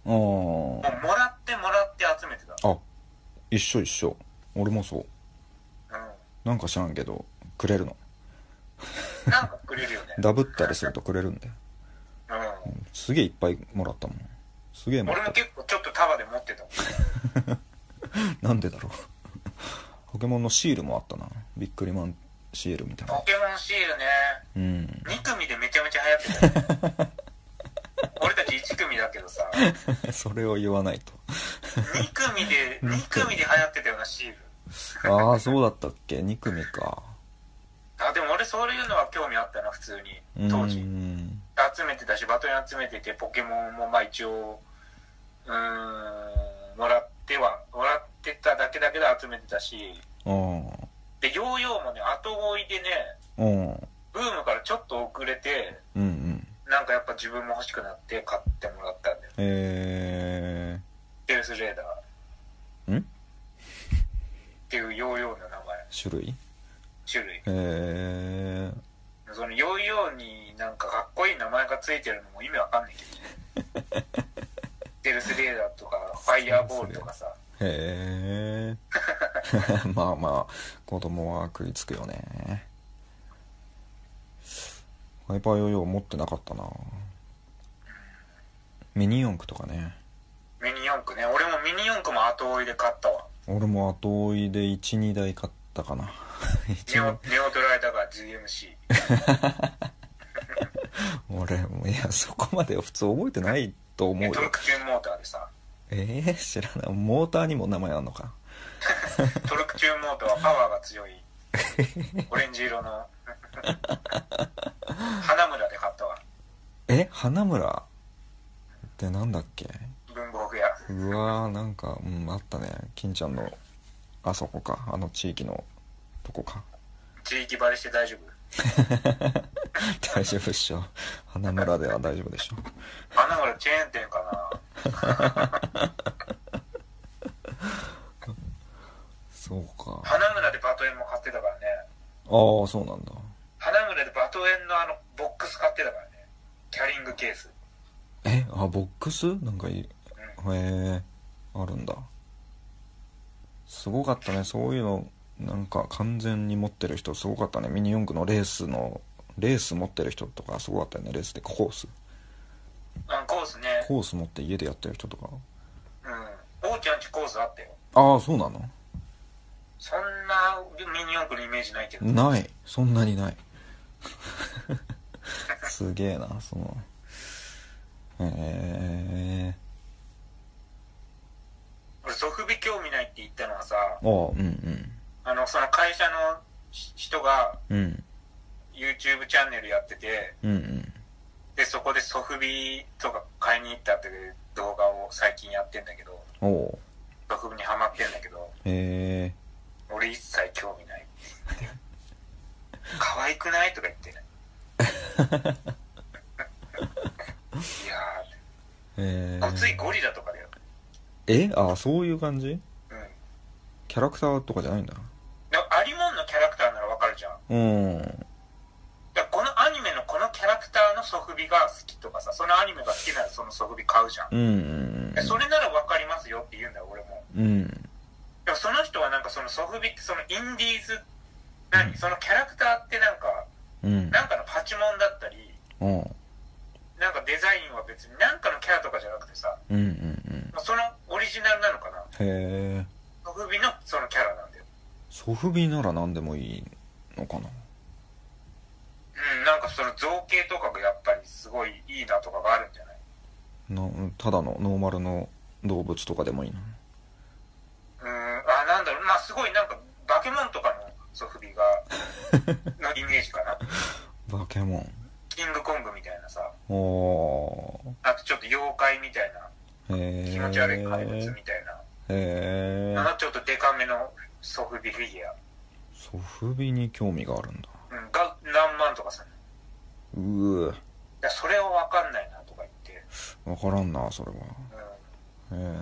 [SPEAKER 2] た
[SPEAKER 1] あ
[SPEAKER 2] ん
[SPEAKER 1] ー
[SPEAKER 2] だよねもうもらってもらって集めてた
[SPEAKER 1] あ一緒一緒俺もそう
[SPEAKER 2] う
[SPEAKER 1] なんか知らんけどくれるの
[SPEAKER 2] んなんかくれるよね
[SPEAKER 1] ダブったりするとくれるんだよ
[SPEAKER 2] うん
[SPEAKER 1] すげえいっぱいもらったもんすげえも
[SPEAKER 2] 俺
[SPEAKER 1] ら
[SPEAKER 2] も
[SPEAKER 1] った
[SPEAKER 2] 結構ちょっと束で持ってたもん
[SPEAKER 1] なんでだろう [LAUGHS] ポケモンのシールもあったなビックリマンシールみたいな
[SPEAKER 2] ポケモンシールね
[SPEAKER 1] うん
[SPEAKER 2] 2組でめちゃめちゃ流行ってたよね俺たち1組だけどさ
[SPEAKER 1] [LAUGHS] それを言わないと
[SPEAKER 2] 2組で2組で流行ってたようなシール
[SPEAKER 1] ああそうだったっけ2組か
[SPEAKER 2] あでも俺そういうのは興味あったな普通
[SPEAKER 1] う
[SPEAKER 2] に当時
[SPEAKER 1] ん
[SPEAKER 2] 集めてたしバトン集めててポケモンもまあ一応うーんもらってはもらってただけだけど集めてたし
[SPEAKER 1] うん
[SPEAKER 2] でヨーヨーもね後追いでね
[SPEAKER 1] うん
[SPEAKER 2] ブームからちょっと遅れて
[SPEAKER 1] うんうん
[SPEAKER 2] なんかやっぱ自分も欲しくなって買ってもらったんだよ
[SPEAKER 1] え
[SPEAKER 2] デルスレーダーっ
[SPEAKER 1] ー、ん
[SPEAKER 2] ていうヨーヨーの名前
[SPEAKER 1] 種類
[SPEAKER 2] 種類
[SPEAKER 1] え
[SPEAKER 2] そのヨーヨーになんかかっこいい名前がついてるのも意味わかんないけどねデルスレーダーとかファイヤーボールとかさ
[SPEAKER 1] ー、へえ [LAUGHS] まあまあ子供は食いつくよねハイパーヨーヨー持ってなかったなミニ四駆とかね
[SPEAKER 2] ミニ四駆ね俺もミニ四駆も後追いで買ったわ
[SPEAKER 1] 俺も後追いで12台買ったかな [LAUGHS] 一
[SPEAKER 2] ネオ
[SPEAKER 1] 応
[SPEAKER 2] ネオドライダーが GMC
[SPEAKER 1] 俺もいやそこまで普通覚えてないと思う
[SPEAKER 2] ね
[SPEAKER 1] よ
[SPEAKER 2] トルクチューンモーターでさ
[SPEAKER 1] えー、知らないモーターにも名前あんのか
[SPEAKER 2] トルクチューンモーターはパワーが強いオレンジ
[SPEAKER 1] [LAUGHS]
[SPEAKER 2] 色の花村で買ったわ
[SPEAKER 1] え花村ってなんだっけ
[SPEAKER 2] 文房具屋
[SPEAKER 1] うわーなんかうんあったね金ちゃんのあそこかあの地域のとこか [LAUGHS]
[SPEAKER 2] 地域バレして大丈夫
[SPEAKER 1] 大丈夫っしょ花村では大丈夫でしょ
[SPEAKER 2] 花村チェーン店かな
[SPEAKER 1] そうかあ
[SPEAKER 2] 花村でバトエンも買ってたからね
[SPEAKER 1] あーそうなんだ
[SPEAKER 2] 花村でバトエンのあのボックス買ってたからねキャリングケース
[SPEAKER 1] えあボックスなんかいいへえあるんだすごかったねそういうのなんか完全に持ってる人すごかったねミニ四駆のレースのレース持ってる人とかすごかったよねレースでコース
[SPEAKER 2] あコースね
[SPEAKER 1] コース持って家でやってる人とか
[SPEAKER 2] うんおうちゃんちコースあったよ
[SPEAKER 1] ああそうなの
[SPEAKER 2] そんなミニ四駆のイメージないけど
[SPEAKER 1] ないそんなにない [LAUGHS] すげえなそのえ
[SPEAKER 2] 俺ソフビ興味ないって言ったのはさ
[SPEAKER 1] ー、ああうん
[SPEAKER 2] あのその会社のし人が
[SPEAKER 1] うんうん
[SPEAKER 2] YouTube チャンネルやってて
[SPEAKER 1] うんうん
[SPEAKER 2] でそこでソフビとか買いに行ったっていう動画を最近やってんだけど
[SPEAKER 1] おお
[SPEAKER 2] ソフビにハマってんだけど
[SPEAKER 1] へえ
[SPEAKER 2] 俺一切興味ないって言って可愛くないとか言ってね
[SPEAKER 1] ー、
[SPEAKER 2] いや
[SPEAKER 1] え
[SPEAKER 2] ーごつ
[SPEAKER 1] ー、
[SPEAKER 2] いゴリラとかだよ
[SPEAKER 1] えああそういう感じ
[SPEAKER 2] うん
[SPEAKER 1] キャラクターとかじゃないんだ
[SPEAKER 2] でもアリモンのキャラクターならわかるじゃん
[SPEAKER 1] うん
[SPEAKER 2] だからこのアニメのこのキャラクターのソフビが好きとかさそのアニメが好きならそのソフビ買うじゃん
[SPEAKER 1] うんうん
[SPEAKER 2] えそれなら分かりますよって言うんだよ俺も
[SPEAKER 1] うん
[SPEAKER 2] でもその人はなんかそのソフビってそのインディーズ何、そのキャラクターってなんか
[SPEAKER 1] うん
[SPEAKER 2] なんかのパチモンだったり
[SPEAKER 1] うん
[SPEAKER 2] なんかデザインは別になんかのキャラとかじゃなくてさ
[SPEAKER 1] うんうんうん
[SPEAKER 2] そのオリジナルなのかな
[SPEAKER 1] へえ
[SPEAKER 2] ソフビのそのキャラなんだよ
[SPEAKER 1] ソフビなら何でもいいのかな
[SPEAKER 2] うんなんかその造形とかがやっぱりすごいいいなとかがあるんじゃない
[SPEAKER 1] なただのノーマルの動物とかでもいいな
[SPEAKER 2] うんあなんだろうまあすごいなんかバケモンとかのソフビ
[SPEAKER 1] [LAUGHS]
[SPEAKER 2] がのイメージかな
[SPEAKER 1] バケモン
[SPEAKER 2] キングコングみたいなさ
[SPEAKER 1] お
[SPEAKER 2] あとちょっと妖怪みたいな
[SPEAKER 1] ーへえ
[SPEAKER 2] 気持ち悪い怪物みたいな、
[SPEAKER 1] へえ
[SPEAKER 2] あのちょっとデカめのソフビフィギュア、
[SPEAKER 1] ソフビに興味があるんだ
[SPEAKER 2] うん、が何万とかさだか
[SPEAKER 1] うー
[SPEAKER 2] らそれを分かんないなとか言って、
[SPEAKER 1] 分からんなそれは
[SPEAKER 2] う
[SPEAKER 1] へ
[SPEAKER 2] ん、
[SPEAKER 1] え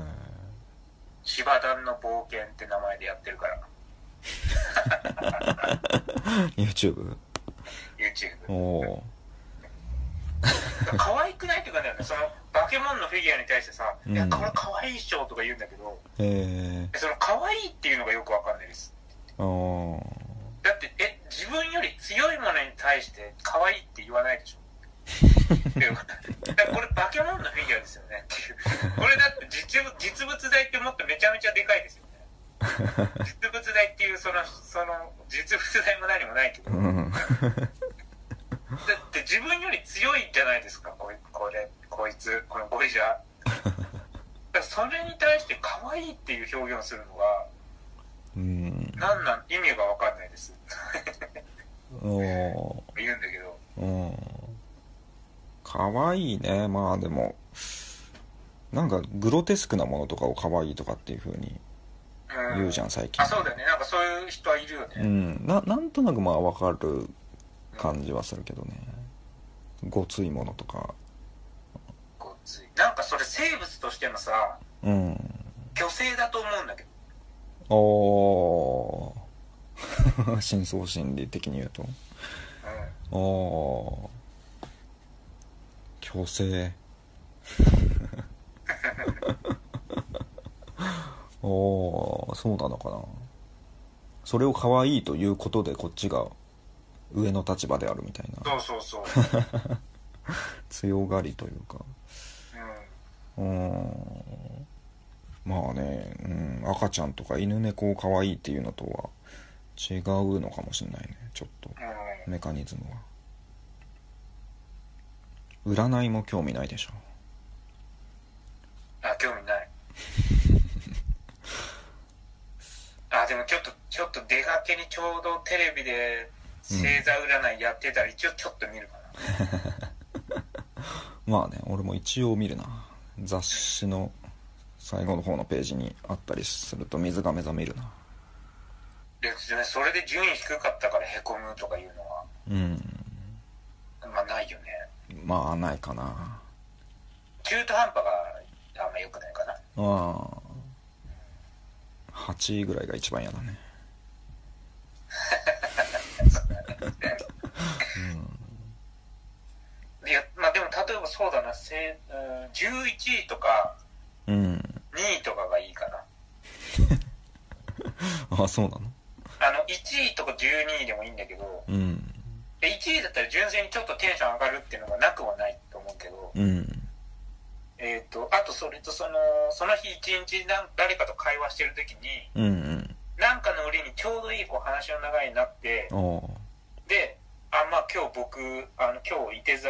[SPEAKER 2] 芝団の冒険って名前でやってるから、
[SPEAKER 1] YouTube?
[SPEAKER 2] YouTube。
[SPEAKER 1] おお
[SPEAKER 2] 可愛くないっていうかね、その、バケモンのフィギュアに対してさ、
[SPEAKER 1] うん
[SPEAKER 2] いや、これ可愛いっしょとか言うんだけど、
[SPEAKER 1] ーえ
[SPEAKER 2] その可愛いっていうのがよくわかんないです。
[SPEAKER 1] ー、おー
[SPEAKER 2] だって、え、自分より強いものに対して可愛いって言わないでしょ。で
[SPEAKER 1] [LAUGHS]
[SPEAKER 2] もだからこれバケモンのフィギュアですよねっていう。これだって実物実物大ってもっとめちゃめちゃでかいですよね。実物大っていうその、その、実物大も何もないけど、
[SPEAKER 1] う
[SPEAKER 2] だ
[SPEAKER 1] ん
[SPEAKER 2] って自分より強いじゃないですか、こいこれ、こいつ、このゴリジャー。
[SPEAKER 1] [LAUGHS]
[SPEAKER 2] だからそれに対して可愛いっていう表現をするのが、
[SPEAKER 1] うん
[SPEAKER 2] なんなん、意味がわかんないです。 [LAUGHS]
[SPEAKER 1] おー
[SPEAKER 2] 言うんだけど、
[SPEAKER 1] うんかわいいねまあでもなんかグロテスクなものとかをかわいいとかっていう風に
[SPEAKER 2] うん、
[SPEAKER 1] 言うじゃん最近
[SPEAKER 2] あ、そうだよね。なんかそういう人はいるよね。
[SPEAKER 1] うんななんとなくまあわかる感じはするけどねごついものとか
[SPEAKER 2] こうついなんかそれ生物としてのさ、
[SPEAKER 1] うん
[SPEAKER 2] 虚勢だと思うんだけど。
[SPEAKER 1] おー [LAUGHS] 深層心理的に言うと
[SPEAKER 2] う。
[SPEAKER 1] おー虚勢 [LAUGHS] おーそうなのかなそれを可愛いということでこっちが上の立場であるみたいなん [LAUGHS]
[SPEAKER 2] そうそうそう。うん。
[SPEAKER 1] 強がりというかうーんまあね、うん、赤ちゃんとか犬猫を可愛いっていうのとは違うのかもしれないねちょっと
[SPEAKER 2] うん。
[SPEAKER 1] メカニズムは占いも興味ないでしょ
[SPEAKER 2] あ、興味ない。あ、でもちょっと、ちょっと出かけにちょうどテレビで星座占いやってたら一応ちょっと見るかな。
[SPEAKER 1] まあね俺も一応見るな雑誌の最後の方のページにあったりすると水が目覚めるな
[SPEAKER 2] で、それで順位低かったからへこむとかいうのは、
[SPEAKER 1] うん
[SPEAKER 2] まあないよね。
[SPEAKER 1] まあないかな
[SPEAKER 2] 中途半端があんま良くないかな。
[SPEAKER 1] ああ8位ぐらいが一番嫌だね
[SPEAKER 2] いや、まあでも例えばそうだな、せいうん11位とか
[SPEAKER 1] うん
[SPEAKER 2] 2位とかがいいかな。
[SPEAKER 1] あそうなの
[SPEAKER 2] あの、1位とか12位でもいいんだけど、
[SPEAKER 1] うん
[SPEAKER 2] 1位だったら純粋にちょっとテンション上がるっていうのがなくはないと思うけど、
[SPEAKER 1] うん
[SPEAKER 2] えっ、と、あとそれとその、その日1日なん誰かと会話してる時に、
[SPEAKER 1] うんうん
[SPEAKER 2] なんかの折にちょうどいいこう話の流れになって、
[SPEAKER 1] おう
[SPEAKER 2] で、あ、まあ今日僕、あの、今日いて座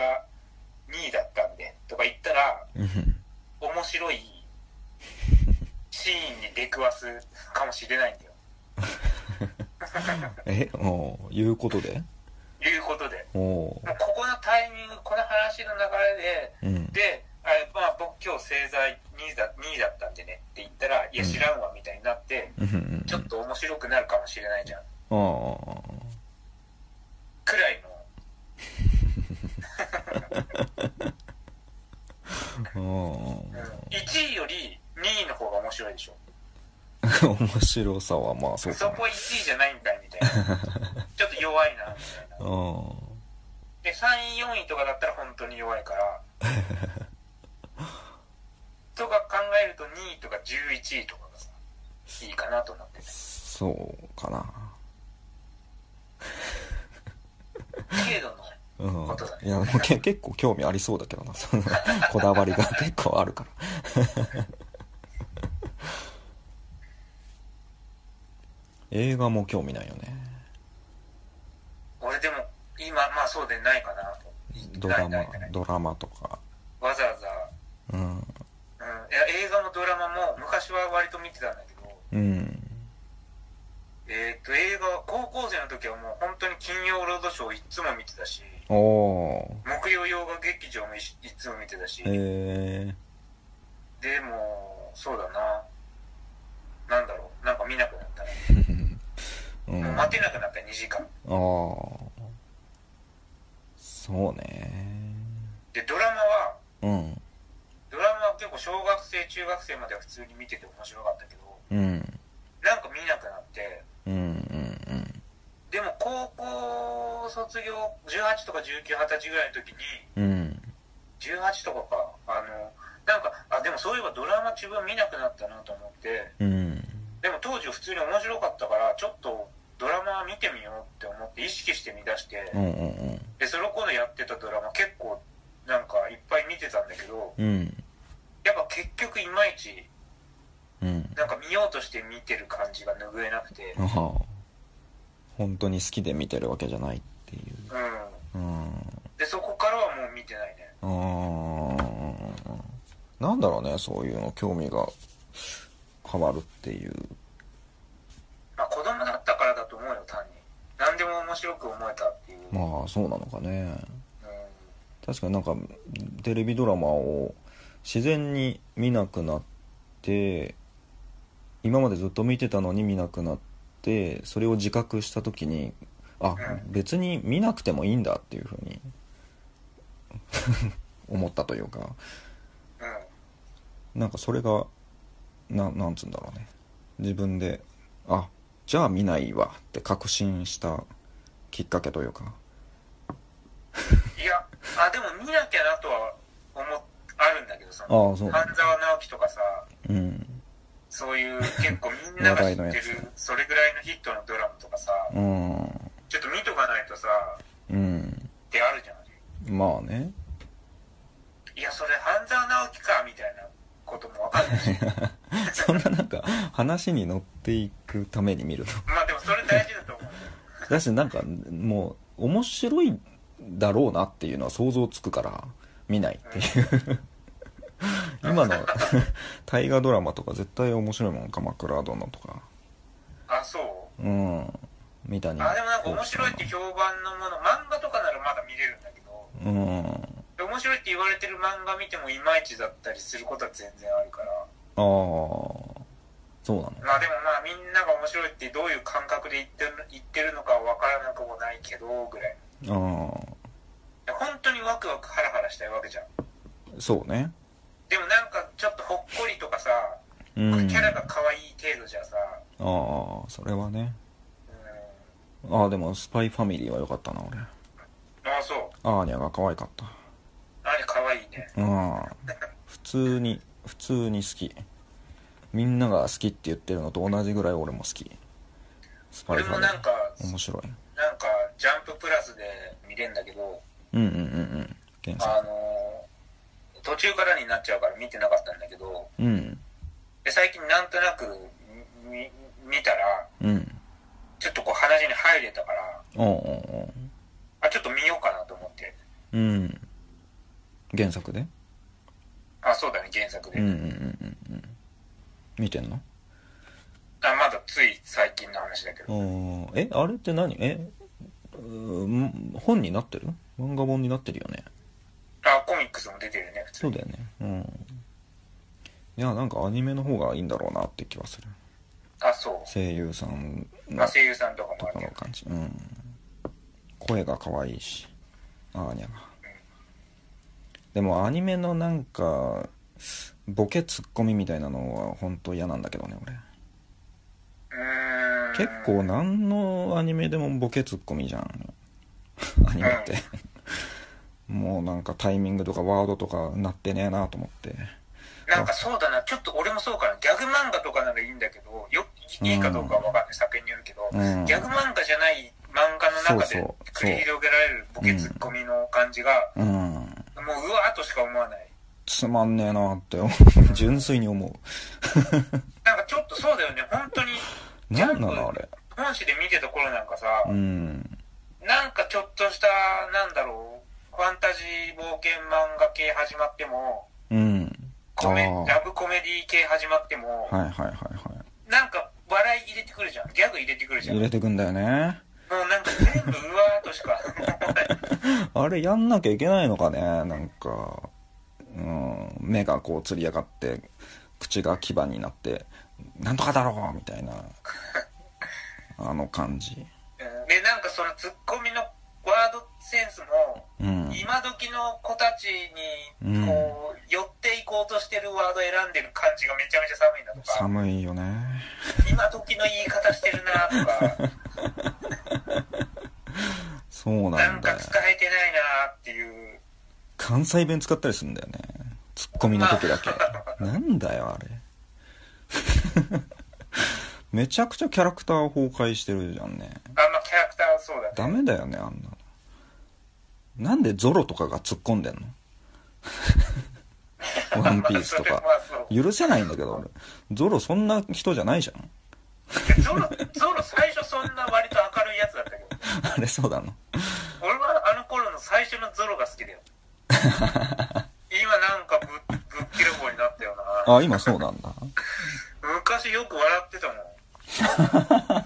[SPEAKER 2] 2位だったんで、とか言ったら、
[SPEAKER 1] うん
[SPEAKER 2] 面白いシーンに出くわすかもしれないんだよ。
[SPEAKER 1] えおういうことで
[SPEAKER 2] いうことで、
[SPEAKER 1] おう
[SPEAKER 2] もうここのタイミング、この話の流れ
[SPEAKER 1] うん
[SPEAKER 2] で、で、あまあ、僕今日正座2位だ ,2 位だったんでねって言ったら、いや、
[SPEAKER 1] うん
[SPEAKER 2] 知らんわみたいになって、
[SPEAKER 1] うんうん
[SPEAKER 2] ちょっと面白くなるかもしれないじゃ
[SPEAKER 1] あ
[SPEAKER 2] ん。
[SPEAKER 1] あ
[SPEAKER 2] くらいの、
[SPEAKER 1] ああ
[SPEAKER 2] 1位より2位の方が面白いでしょ。
[SPEAKER 1] 面白さはまあそう
[SPEAKER 2] そ
[SPEAKER 1] か
[SPEAKER 2] こ1位じゃないんかいみ
[SPEAKER 1] [LAUGHS]
[SPEAKER 2] たいな。ちょっと弱いな、みたいな。
[SPEAKER 1] なうん
[SPEAKER 2] で、3位、4位とかだったら本当に弱
[SPEAKER 1] [LAUGHS]
[SPEAKER 2] いから。とか考えると2位とか11位とかがさ、いいかなと思ってて。
[SPEAKER 1] そうかな
[SPEAKER 2] 程度の。
[SPEAKER 1] うん
[SPEAKER 2] ことだね
[SPEAKER 1] いやでもけ結構興味ありそうだけどな [LAUGHS] そのこだわりが結構あるから [LAUGHS] 映画も興味ないよね
[SPEAKER 2] 俺でも今まあそうでないかなと
[SPEAKER 1] ドラ
[SPEAKER 2] な
[SPEAKER 1] マ
[SPEAKER 2] いないない
[SPEAKER 1] ドラマとか
[SPEAKER 2] わざわざ、
[SPEAKER 1] うん
[SPEAKER 2] うん、いや映画もドラマも昔は割と見てたんだけど
[SPEAKER 1] うん
[SPEAKER 2] えっ、と映画高校生の時はもう本当に金曜ロードショーいっつも見てたし
[SPEAKER 1] おお
[SPEAKER 2] 木曜洋画劇場もいいっつも見てたし
[SPEAKER 1] ーへ
[SPEAKER 2] でもそうだななんだろうなんか見なくなったね、
[SPEAKER 1] えうん
[SPEAKER 2] もう待てなくなった2時
[SPEAKER 1] あ
[SPEAKER 2] 間
[SPEAKER 1] あそうね
[SPEAKER 2] でドラマは
[SPEAKER 1] うん
[SPEAKER 2] ドラマは結構小学生中学生までは普通に見てて面白かったけど
[SPEAKER 1] うん
[SPEAKER 2] なんか見なくなって、
[SPEAKER 1] うんうん
[SPEAKER 2] でも高校卒業、18とか19、20歳ぐらいの時に、
[SPEAKER 1] うんうん
[SPEAKER 2] 18とかか、あの、なんか、あ、でもそういえばドラマ自分見なくなったなと思って、
[SPEAKER 1] うん
[SPEAKER 2] でも当時普通に面白かったから、ちょっとドラマ見てみようって思って意識して見出して、
[SPEAKER 1] うんうん
[SPEAKER 2] で、その頃やってたドラマ結構なんかいっぱい見てたんだけど、
[SPEAKER 1] うん
[SPEAKER 2] やっぱ結局いまいち、
[SPEAKER 1] うん
[SPEAKER 2] なんか見ようとして見てる感じが拭えなくて、
[SPEAKER 1] あは本当に好きで見てるわけじゃないっていう
[SPEAKER 2] う
[SPEAKER 1] う
[SPEAKER 2] ん。
[SPEAKER 1] ん
[SPEAKER 2] で、そこからはもう見てないね。
[SPEAKER 1] うーんなんだろうねそういうの興味が変わるっていう
[SPEAKER 2] まあ子供だったからだと思うよ、単に。何でも面白く思えたっていう。
[SPEAKER 1] まあそうなのかね
[SPEAKER 2] う
[SPEAKER 1] 確かになんかテレビドラマを自然に見なくなって今までずっと見てたのに見なくなってそれを自覚した時にあ別に見なくてもいいんだっていうふうに [LAUGHS] 思ったというか
[SPEAKER 2] ん。うん。
[SPEAKER 1] なんかそれがななんつうんだろうね自分であじゃあ見ないわって確信したきっかけというか
[SPEAKER 2] いや、あ、でも見なきゃなとは思っ、あるんだけどさ、
[SPEAKER 1] ああそう
[SPEAKER 2] 半沢直樹とかさ、
[SPEAKER 1] うん
[SPEAKER 2] そういう結構みんなが知
[SPEAKER 1] [LAUGHS] 話
[SPEAKER 2] って
[SPEAKER 1] 題の
[SPEAKER 2] る、それぐらいのヒットのドラマとかさ、
[SPEAKER 1] うん
[SPEAKER 2] ちょっと見とかないとさ、
[SPEAKER 1] うん
[SPEAKER 2] ってあるじゃん。
[SPEAKER 1] まあね [LAUGHS]
[SPEAKER 2] いや、それ半沢直樹か、みたいなこともわかん
[SPEAKER 1] [LAUGHS]
[SPEAKER 2] ないし。
[SPEAKER 1] そんななんか話に乗っていくために見るの [LAUGHS]
[SPEAKER 2] まあでもそれ大事だと思う。
[SPEAKER 1] だしなんかもう面白いだろうなっていうのは想像つくから見ないっていう [LAUGHS] 今の [LAUGHS] 大河ドラマとか絶対面白いもん鎌倉殿とか
[SPEAKER 2] あ、そう
[SPEAKER 1] うん三谷
[SPEAKER 2] あ、でもなんか面白いって
[SPEAKER 1] 幸
[SPEAKER 2] 評判のもの、漫画とかならまだ見れるんだけど、
[SPEAKER 1] 喜さんの
[SPEAKER 2] 面白いって言われてる漫画見てもいまいちだったりすることは全然あるから。
[SPEAKER 1] うんああそうなの
[SPEAKER 2] まあでもまあみんなが面白いってどういう感覚で言ってる言ってるのかは分からなくもないけどぐらい
[SPEAKER 1] あ
[SPEAKER 2] 本当にワクワクハラハラしたいわけじゃん
[SPEAKER 1] あそうね
[SPEAKER 2] でもなんかちょっとほっこりとかさ
[SPEAKER 1] う
[SPEAKER 2] キ
[SPEAKER 1] ん
[SPEAKER 2] ャラが可愛い程度じゃさ、
[SPEAKER 1] ああそれはね
[SPEAKER 2] うん、
[SPEAKER 1] ああでも「スパイファミリーは良かったな俺
[SPEAKER 2] ああそう
[SPEAKER 1] アーニャが可愛かった
[SPEAKER 2] あれ可愛いね
[SPEAKER 1] うん普通に普通に好きみんなが好きって言ってるのと同じぐらい俺も好きスパイ
[SPEAKER 2] 俺
[SPEAKER 1] ファ
[SPEAKER 2] も
[SPEAKER 1] ミリ
[SPEAKER 2] なん
[SPEAKER 1] ー
[SPEAKER 2] か
[SPEAKER 1] 面白い
[SPEAKER 2] なんかジャンププラスで見れんだけど
[SPEAKER 1] うんうんうんうん原
[SPEAKER 2] あ
[SPEAKER 1] 作
[SPEAKER 2] のー途中からになっちゃうから見てなかったんだけど
[SPEAKER 1] うん
[SPEAKER 2] で最近なんとなくみ見たら
[SPEAKER 1] うん
[SPEAKER 2] ちょっとこう話に入れたから
[SPEAKER 1] おうおうおう
[SPEAKER 2] あ、ちょっと見ようかなと思って。
[SPEAKER 1] うん原作で
[SPEAKER 2] あ、そうだね、原作で。
[SPEAKER 1] うんうんうんうんうん見てんの
[SPEAKER 2] あまだつい最近の話だけど。
[SPEAKER 1] うんえあれって何えうん本になってる漫画本になってるよね
[SPEAKER 2] あ、コミックスも出てるね、普通
[SPEAKER 1] そう
[SPEAKER 2] に。
[SPEAKER 1] だよねうんいやなんかアニメの方がいいんだろうなって気はする
[SPEAKER 2] あ、そう。
[SPEAKER 1] 声優さん
[SPEAKER 2] あ、
[SPEAKER 1] の
[SPEAKER 2] 声優さんとか
[SPEAKER 1] と
[SPEAKER 2] もあ
[SPEAKER 1] か
[SPEAKER 2] るけ
[SPEAKER 1] の
[SPEAKER 2] ど。
[SPEAKER 1] 感じうん声が可愛いしアーニャがでもアニメのなんかボケツッコミみたいなのは本当嫌なんだけどね俺
[SPEAKER 2] うーん。
[SPEAKER 1] 結構何のアニメでもボケツッコミじゃん [LAUGHS] アニメって [LAUGHS] もうなんかタイミングとかワードとかなってねえなと思って
[SPEAKER 2] なんかそうだな、ちょっと俺もそうかな。ギャグ漫画とかならいいんだけど、よ、いいかどうかはわかんない。作品によるけど、
[SPEAKER 1] うん
[SPEAKER 2] ギャグ漫画じゃない漫画の中で
[SPEAKER 1] そうそうそう
[SPEAKER 2] 繰り広げられるボケツッコミの感じが、
[SPEAKER 1] うん
[SPEAKER 2] もううわーとしか思わない。
[SPEAKER 1] つまんねえなって [LAUGHS] 思う純粋に思
[SPEAKER 2] なんかちょっとそうだよね、本当に。
[SPEAKER 1] うなんなのあれ
[SPEAKER 2] 本誌で見てた頃なんかさ、
[SPEAKER 1] うん
[SPEAKER 2] なんかちょっとした、なんだろう、ファンタジー冒険漫画系始まっても、
[SPEAKER 1] うんあ
[SPEAKER 2] コメラ
[SPEAKER 1] あ
[SPEAKER 2] ブコメディ系始まっても、
[SPEAKER 1] はいはいはいはい
[SPEAKER 2] なんか笑い入れてくるじゃん。ギャグ入れてくるじゃん。
[SPEAKER 1] 入
[SPEAKER 2] も
[SPEAKER 1] れてくんだよね
[SPEAKER 2] うなんか全部うわーっとしか思わない。 [LAUGHS]
[SPEAKER 1] あれやんなきゃいけないのかねなんか、うん、目がこうつり上がって口が牙になって「なんとかだろう!」みたいなあの感じ
[SPEAKER 2] うんで、なんかそのツッコミのワードセンスも、
[SPEAKER 1] うん
[SPEAKER 2] 今時の子たちに、こう、寄っていこうとしてるワード選んでる感じがめちゃめちゃ寒いんだとか。
[SPEAKER 1] 寒いよね
[SPEAKER 2] 今時の言い方してるなと
[SPEAKER 1] [LAUGHS]
[SPEAKER 2] か、
[SPEAKER 1] そうな
[SPEAKER 2] なんん
[SPEAKER 1] だ
[SPEAKER 2] か
[SPEAKER 1] よ
[SPEAKER 2] 使えてないなっていう。
[SPEAKER 1] 関西弁使ったりするんだよねツッコミの時だけなんだよあれ [LAUGHS] めちゃくちゃキャラクター崩壊してるじゃんね
[SPEAKER 2] あんまあキャラクターはそうだね。
[SPEAKER 1] ダメだよねあんなのなんでゾロとかが突っ込んでんの [LAUGHS] ワンピースとか
[SPEAKER 2] まあそれはそう
[SPEAKER 1] 許せないんだけど俺ゾロそんな人じゃないじゃん [LAUGHS]
[SPEAKER 2] でゾロ、ゾロ最初そんな割と明るいやつだったけど。
[SPEAKER 1] あれそうだの
[SPEAKER 2] 俺はあの頃の最初のゾロが好き
[SPEAKER 1] [LAUGHS]
[SPEAKER 2] だよ今なんかぶぶっきれ棒になったよな
[SPEAKER 1] あ今そうなんだ
[SPEAKER 2] 昔よく笑ってたもん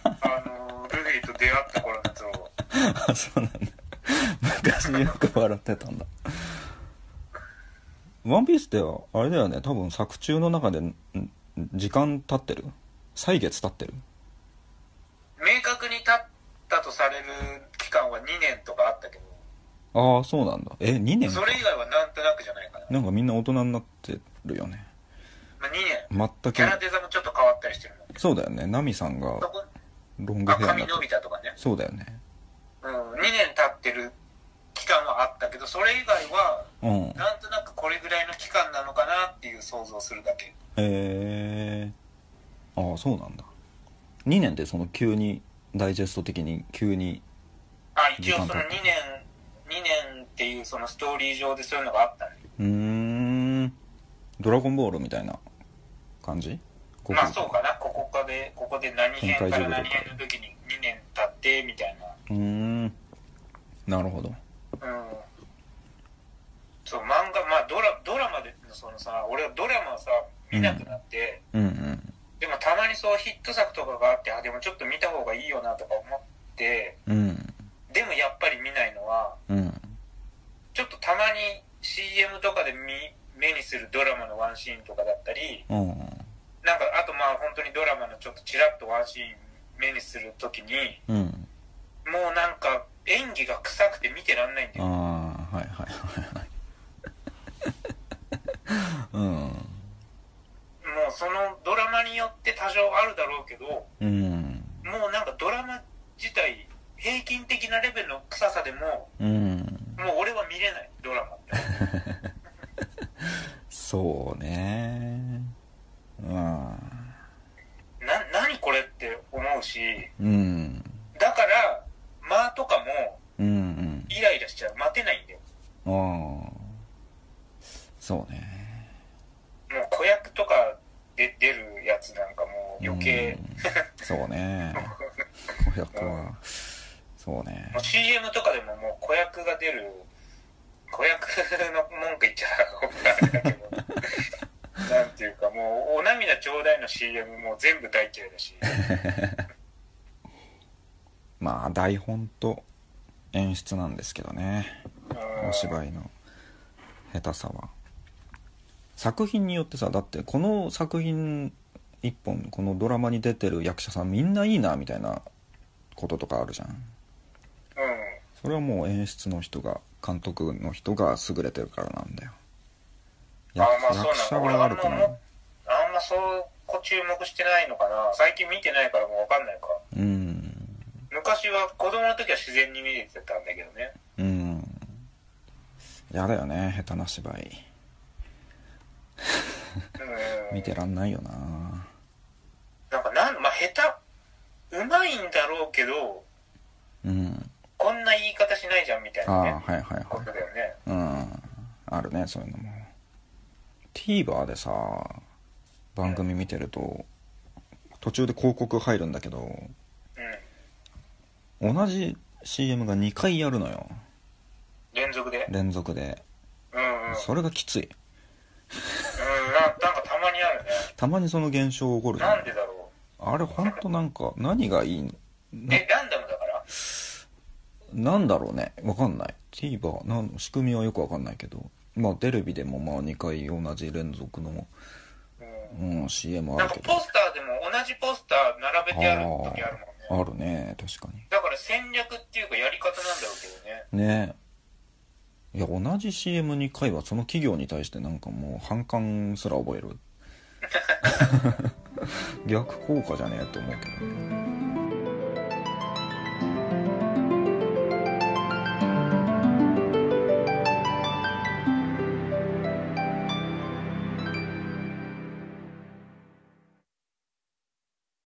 [SPEAKER 1] [LAUGHS]
[SPEAKER 2] あのルフィと出会った頃のゾロ
[SPEAKER 1] あそうなんだ昔よく笑ってたんだ「ワンピースってあれだよね多分作中の中でん時間経ってる歳月経ってる
[SPEAKER 2] 明確に立ったとされる期間は2年とかあったけど
[SPEAKER 1] ああそうなんだえ2年か
[SPEAKER 2] それ以外はなんとなくじゃないかな、
[SPEAKER 1] なんかみんな大人になってるよね
[SPEAKER 2] まあ、2年
[SPEAKER 1] 全
[SPEAKER 2] キャラ
[SPEAKER 1] く
[SPEAKER 2] デザもちょっと変わったりしてるもん
[SPEAKER 1] そうだよねナミさんが
[SPEAKER 2] そこ
[SPEAKER 1] ロング
[SPEAKER 2] あ
[SPEAKER 1] ヘアに
[SPEAKER 2] 髪
[SPEAKER 1] な
[SPEAKER 2] 伸
[SPEAKER 1] って
[SPEAKER 2] びたとかね、
[SPEAKER 1] そうだよね
[SPEAKER 2] うん、2年経ってる期間はあったけどそれ以外は
[SPEAKER 1] うん
[SPEAKER 2] なんとなくこれぐらいの期間なのかなっていう想像するだけ
[SPEAKER 1] えー、ああそうなんだ2年ってその急にダイジェスト的に急に
[SPEAKER 2] あ一応そ
[SPEAKER 1] 時
[SPEAKER 2] の
[SPEAKER 1] 間
[SPEAKER 2] 2
[SPEAKER 1] 経
[SPEAKER 2] 年2年っていうそのストーリー上でそういうのがあったね
[SPEAKER 1] うーん「ドラゴンボール」みたいな感じこ
[SPEAKER 2] まあそうかなここかでここで何編か
[SPEAKER 1] 展開
[SPEAKER 2] ら
[SPEAKER 1] 上
[SPEAKER 2] 何
[SPEAKER 1] で
[SPEAKER 2] 編の時に2年経ってみたいう
[SPEAKER 1] ーんなるほど
[SPEAKER 2] なうんそう漫画まあドラドラマでそのさ俺はドラマをさ見なくなって、
[SPEAKER 1] うんうん
[SPEAKER 2] でもたまにそうヒット作とかがあってあでもちょっと見た方がいいよなとか思って
[SPEAKER 1] うん
[SPEAKER 2] でもやっぱり見ないのは
[SPEAKER 1] うん
[SPEAKER 2] ちょっとたまに CM とかで見目にするドラマのワンシーンとかだったり、
[SPEAKER 1] うん
[SPEAKER 2] なんかあとまあ本当にドラマのちょっとチラッとワンシーン目にするときに、
[SPEAKER 1] うん
[SPEAKER 2] もうなんか演技が臭くて見てらんないんだ
[SPEAKER 1] ああ
[SPEAKER 2] よ。
[SPEAKER 1] はいはいはいはいうん
[SPEAKER 2] もうそのドラマによって多少あるだろうけど、も
[SPEAKER 1] うん
[SPEAKER 2] うなんかドラマ自体、平均的なレベルの臭さでも、
[SPEAKER 1] うん
[SPEAKER 2] もう俺は見れない、ドラマって。
[SPEAKER 1] そうねうん
[SPEAKER 2] な、何これって思うし、
[SPEAKER 1] うん
[SPEAKER 2] だから、間とかも
[SPEAKER 1] うん
[SPEAKER 2] イライラしちゃう。待てないんだよ。
[SPEAKER 1] うんああそうね
[SPEAKER 2] もう子役とかで出るやつなんかもう余計、
[SPEAKER 1] うんそう
[SPEAKER 2] [LAUGHS]
[SPEAKER 1] ね子役はそうね
[SPEAKER 2] もう CM とかでももう子役が出る子役の文句言っちゃうからあれだけどなんていうかもうお涙ちょうだいの CM もう全部大嫌いだし
[SPEAKER 1] まあ台本と演出なんですけどね
[SPEAKER 2] うん
[SPEAKER 1] お芝居の下手さは作品によってさだってこの作品一本このドラマに出てる役者さんみんないいなみたいなこととかあるじゃん
[SPEAKER 2] うん
[SPEAKER 1] それはもう演出の人が監督の人が優れてるからなんだよ
[SPEAKER 2] あ
[SPEAKER 1] 役
[SPEAKER 2] まあそう
[SPEAKER 1] 役者
[SPEAKER 2] なの俺
[SPEAKER 1] は
[SPEAKER 2] あん
[SPEAKER 1] 悪
[SPEAKER 2] ま
[SPEAKER 1] くない
[SPEAKER 2] もあんまそうこ注目してないのかな最近見てないからもう分かんないか
[SPEAKER 1] うん
[SPEAKER 2] 昔は子供の時は自然に見れてたんだけどね
[SPEAKER 1] うんやだよね下手な芝居 [LAUGHS]
[SPEAKER 2] うん
[SPEAKER 1] 見てらんないよな
[SPEAKER 2] なんかなん、まあ、下手、うまいんだろうけど、
[SPEAKER 1] うん
[SPEAKER 2] こんな言い方しないじゃんみたい
[SPEAKER 1] ああは
[SPEAKER 2] な
[SPEAKER 1] い
[SPEAKER 2] ね、
[SPEAKER 1] はいはい
[SPEAKER 2] ことだよね。
[SPEAKER 1] うんあるねそういうのも TVer でさ番組見てると途中で広告入るんだけど
[SPEAKER 2] うん。
[SPEAKER 1] 同じ CM が2回やるのよ
[SPEAKER 2] 連続で。
[SPEAKER 1] 連続で
[SPEAKER 2] うんうん。うん、なん
[SPEAKER 1] それがきつい
[SPEAKER 2] なんかたまにあるね。
[SPEAKER 1] たまにその現象起こるじゃ
[SPEAKER 2] なん
[SPEAKER 1] ん
[SPEAKER 2] でだろ。
[SPEAKER 1] あれほんとなんか何がいいう
[SPEAKER 2] え、ランダムだから
[SPEAKER 1] なんだろうねわかんない TVer なん仕組みはよくわかんないけどまあテレビでもまあ2回同じ連続の、
[SPEAKER 2] う
[SPEAKER 1] うん、CM
[SPEAKER 2] ん。
[SPEAKER 1] あ
[SPEAKER 2] なん
[SPEAKER 1] る
[SPEAKER 2] か
[SPEAKER 1] けど
[SPEAKER 2] ポスターでも同じポスター並べてある時あるもんね。
[SPEAKER 1] あるね確か
[SPEAKER 2] だから戦略っていうかやり方なんだろうけどね。
[SPEAKER 1] にねいや同じ CM2 回はその企業に対してなんかもう反感すら覚える逆効果じゃねえと思うけどね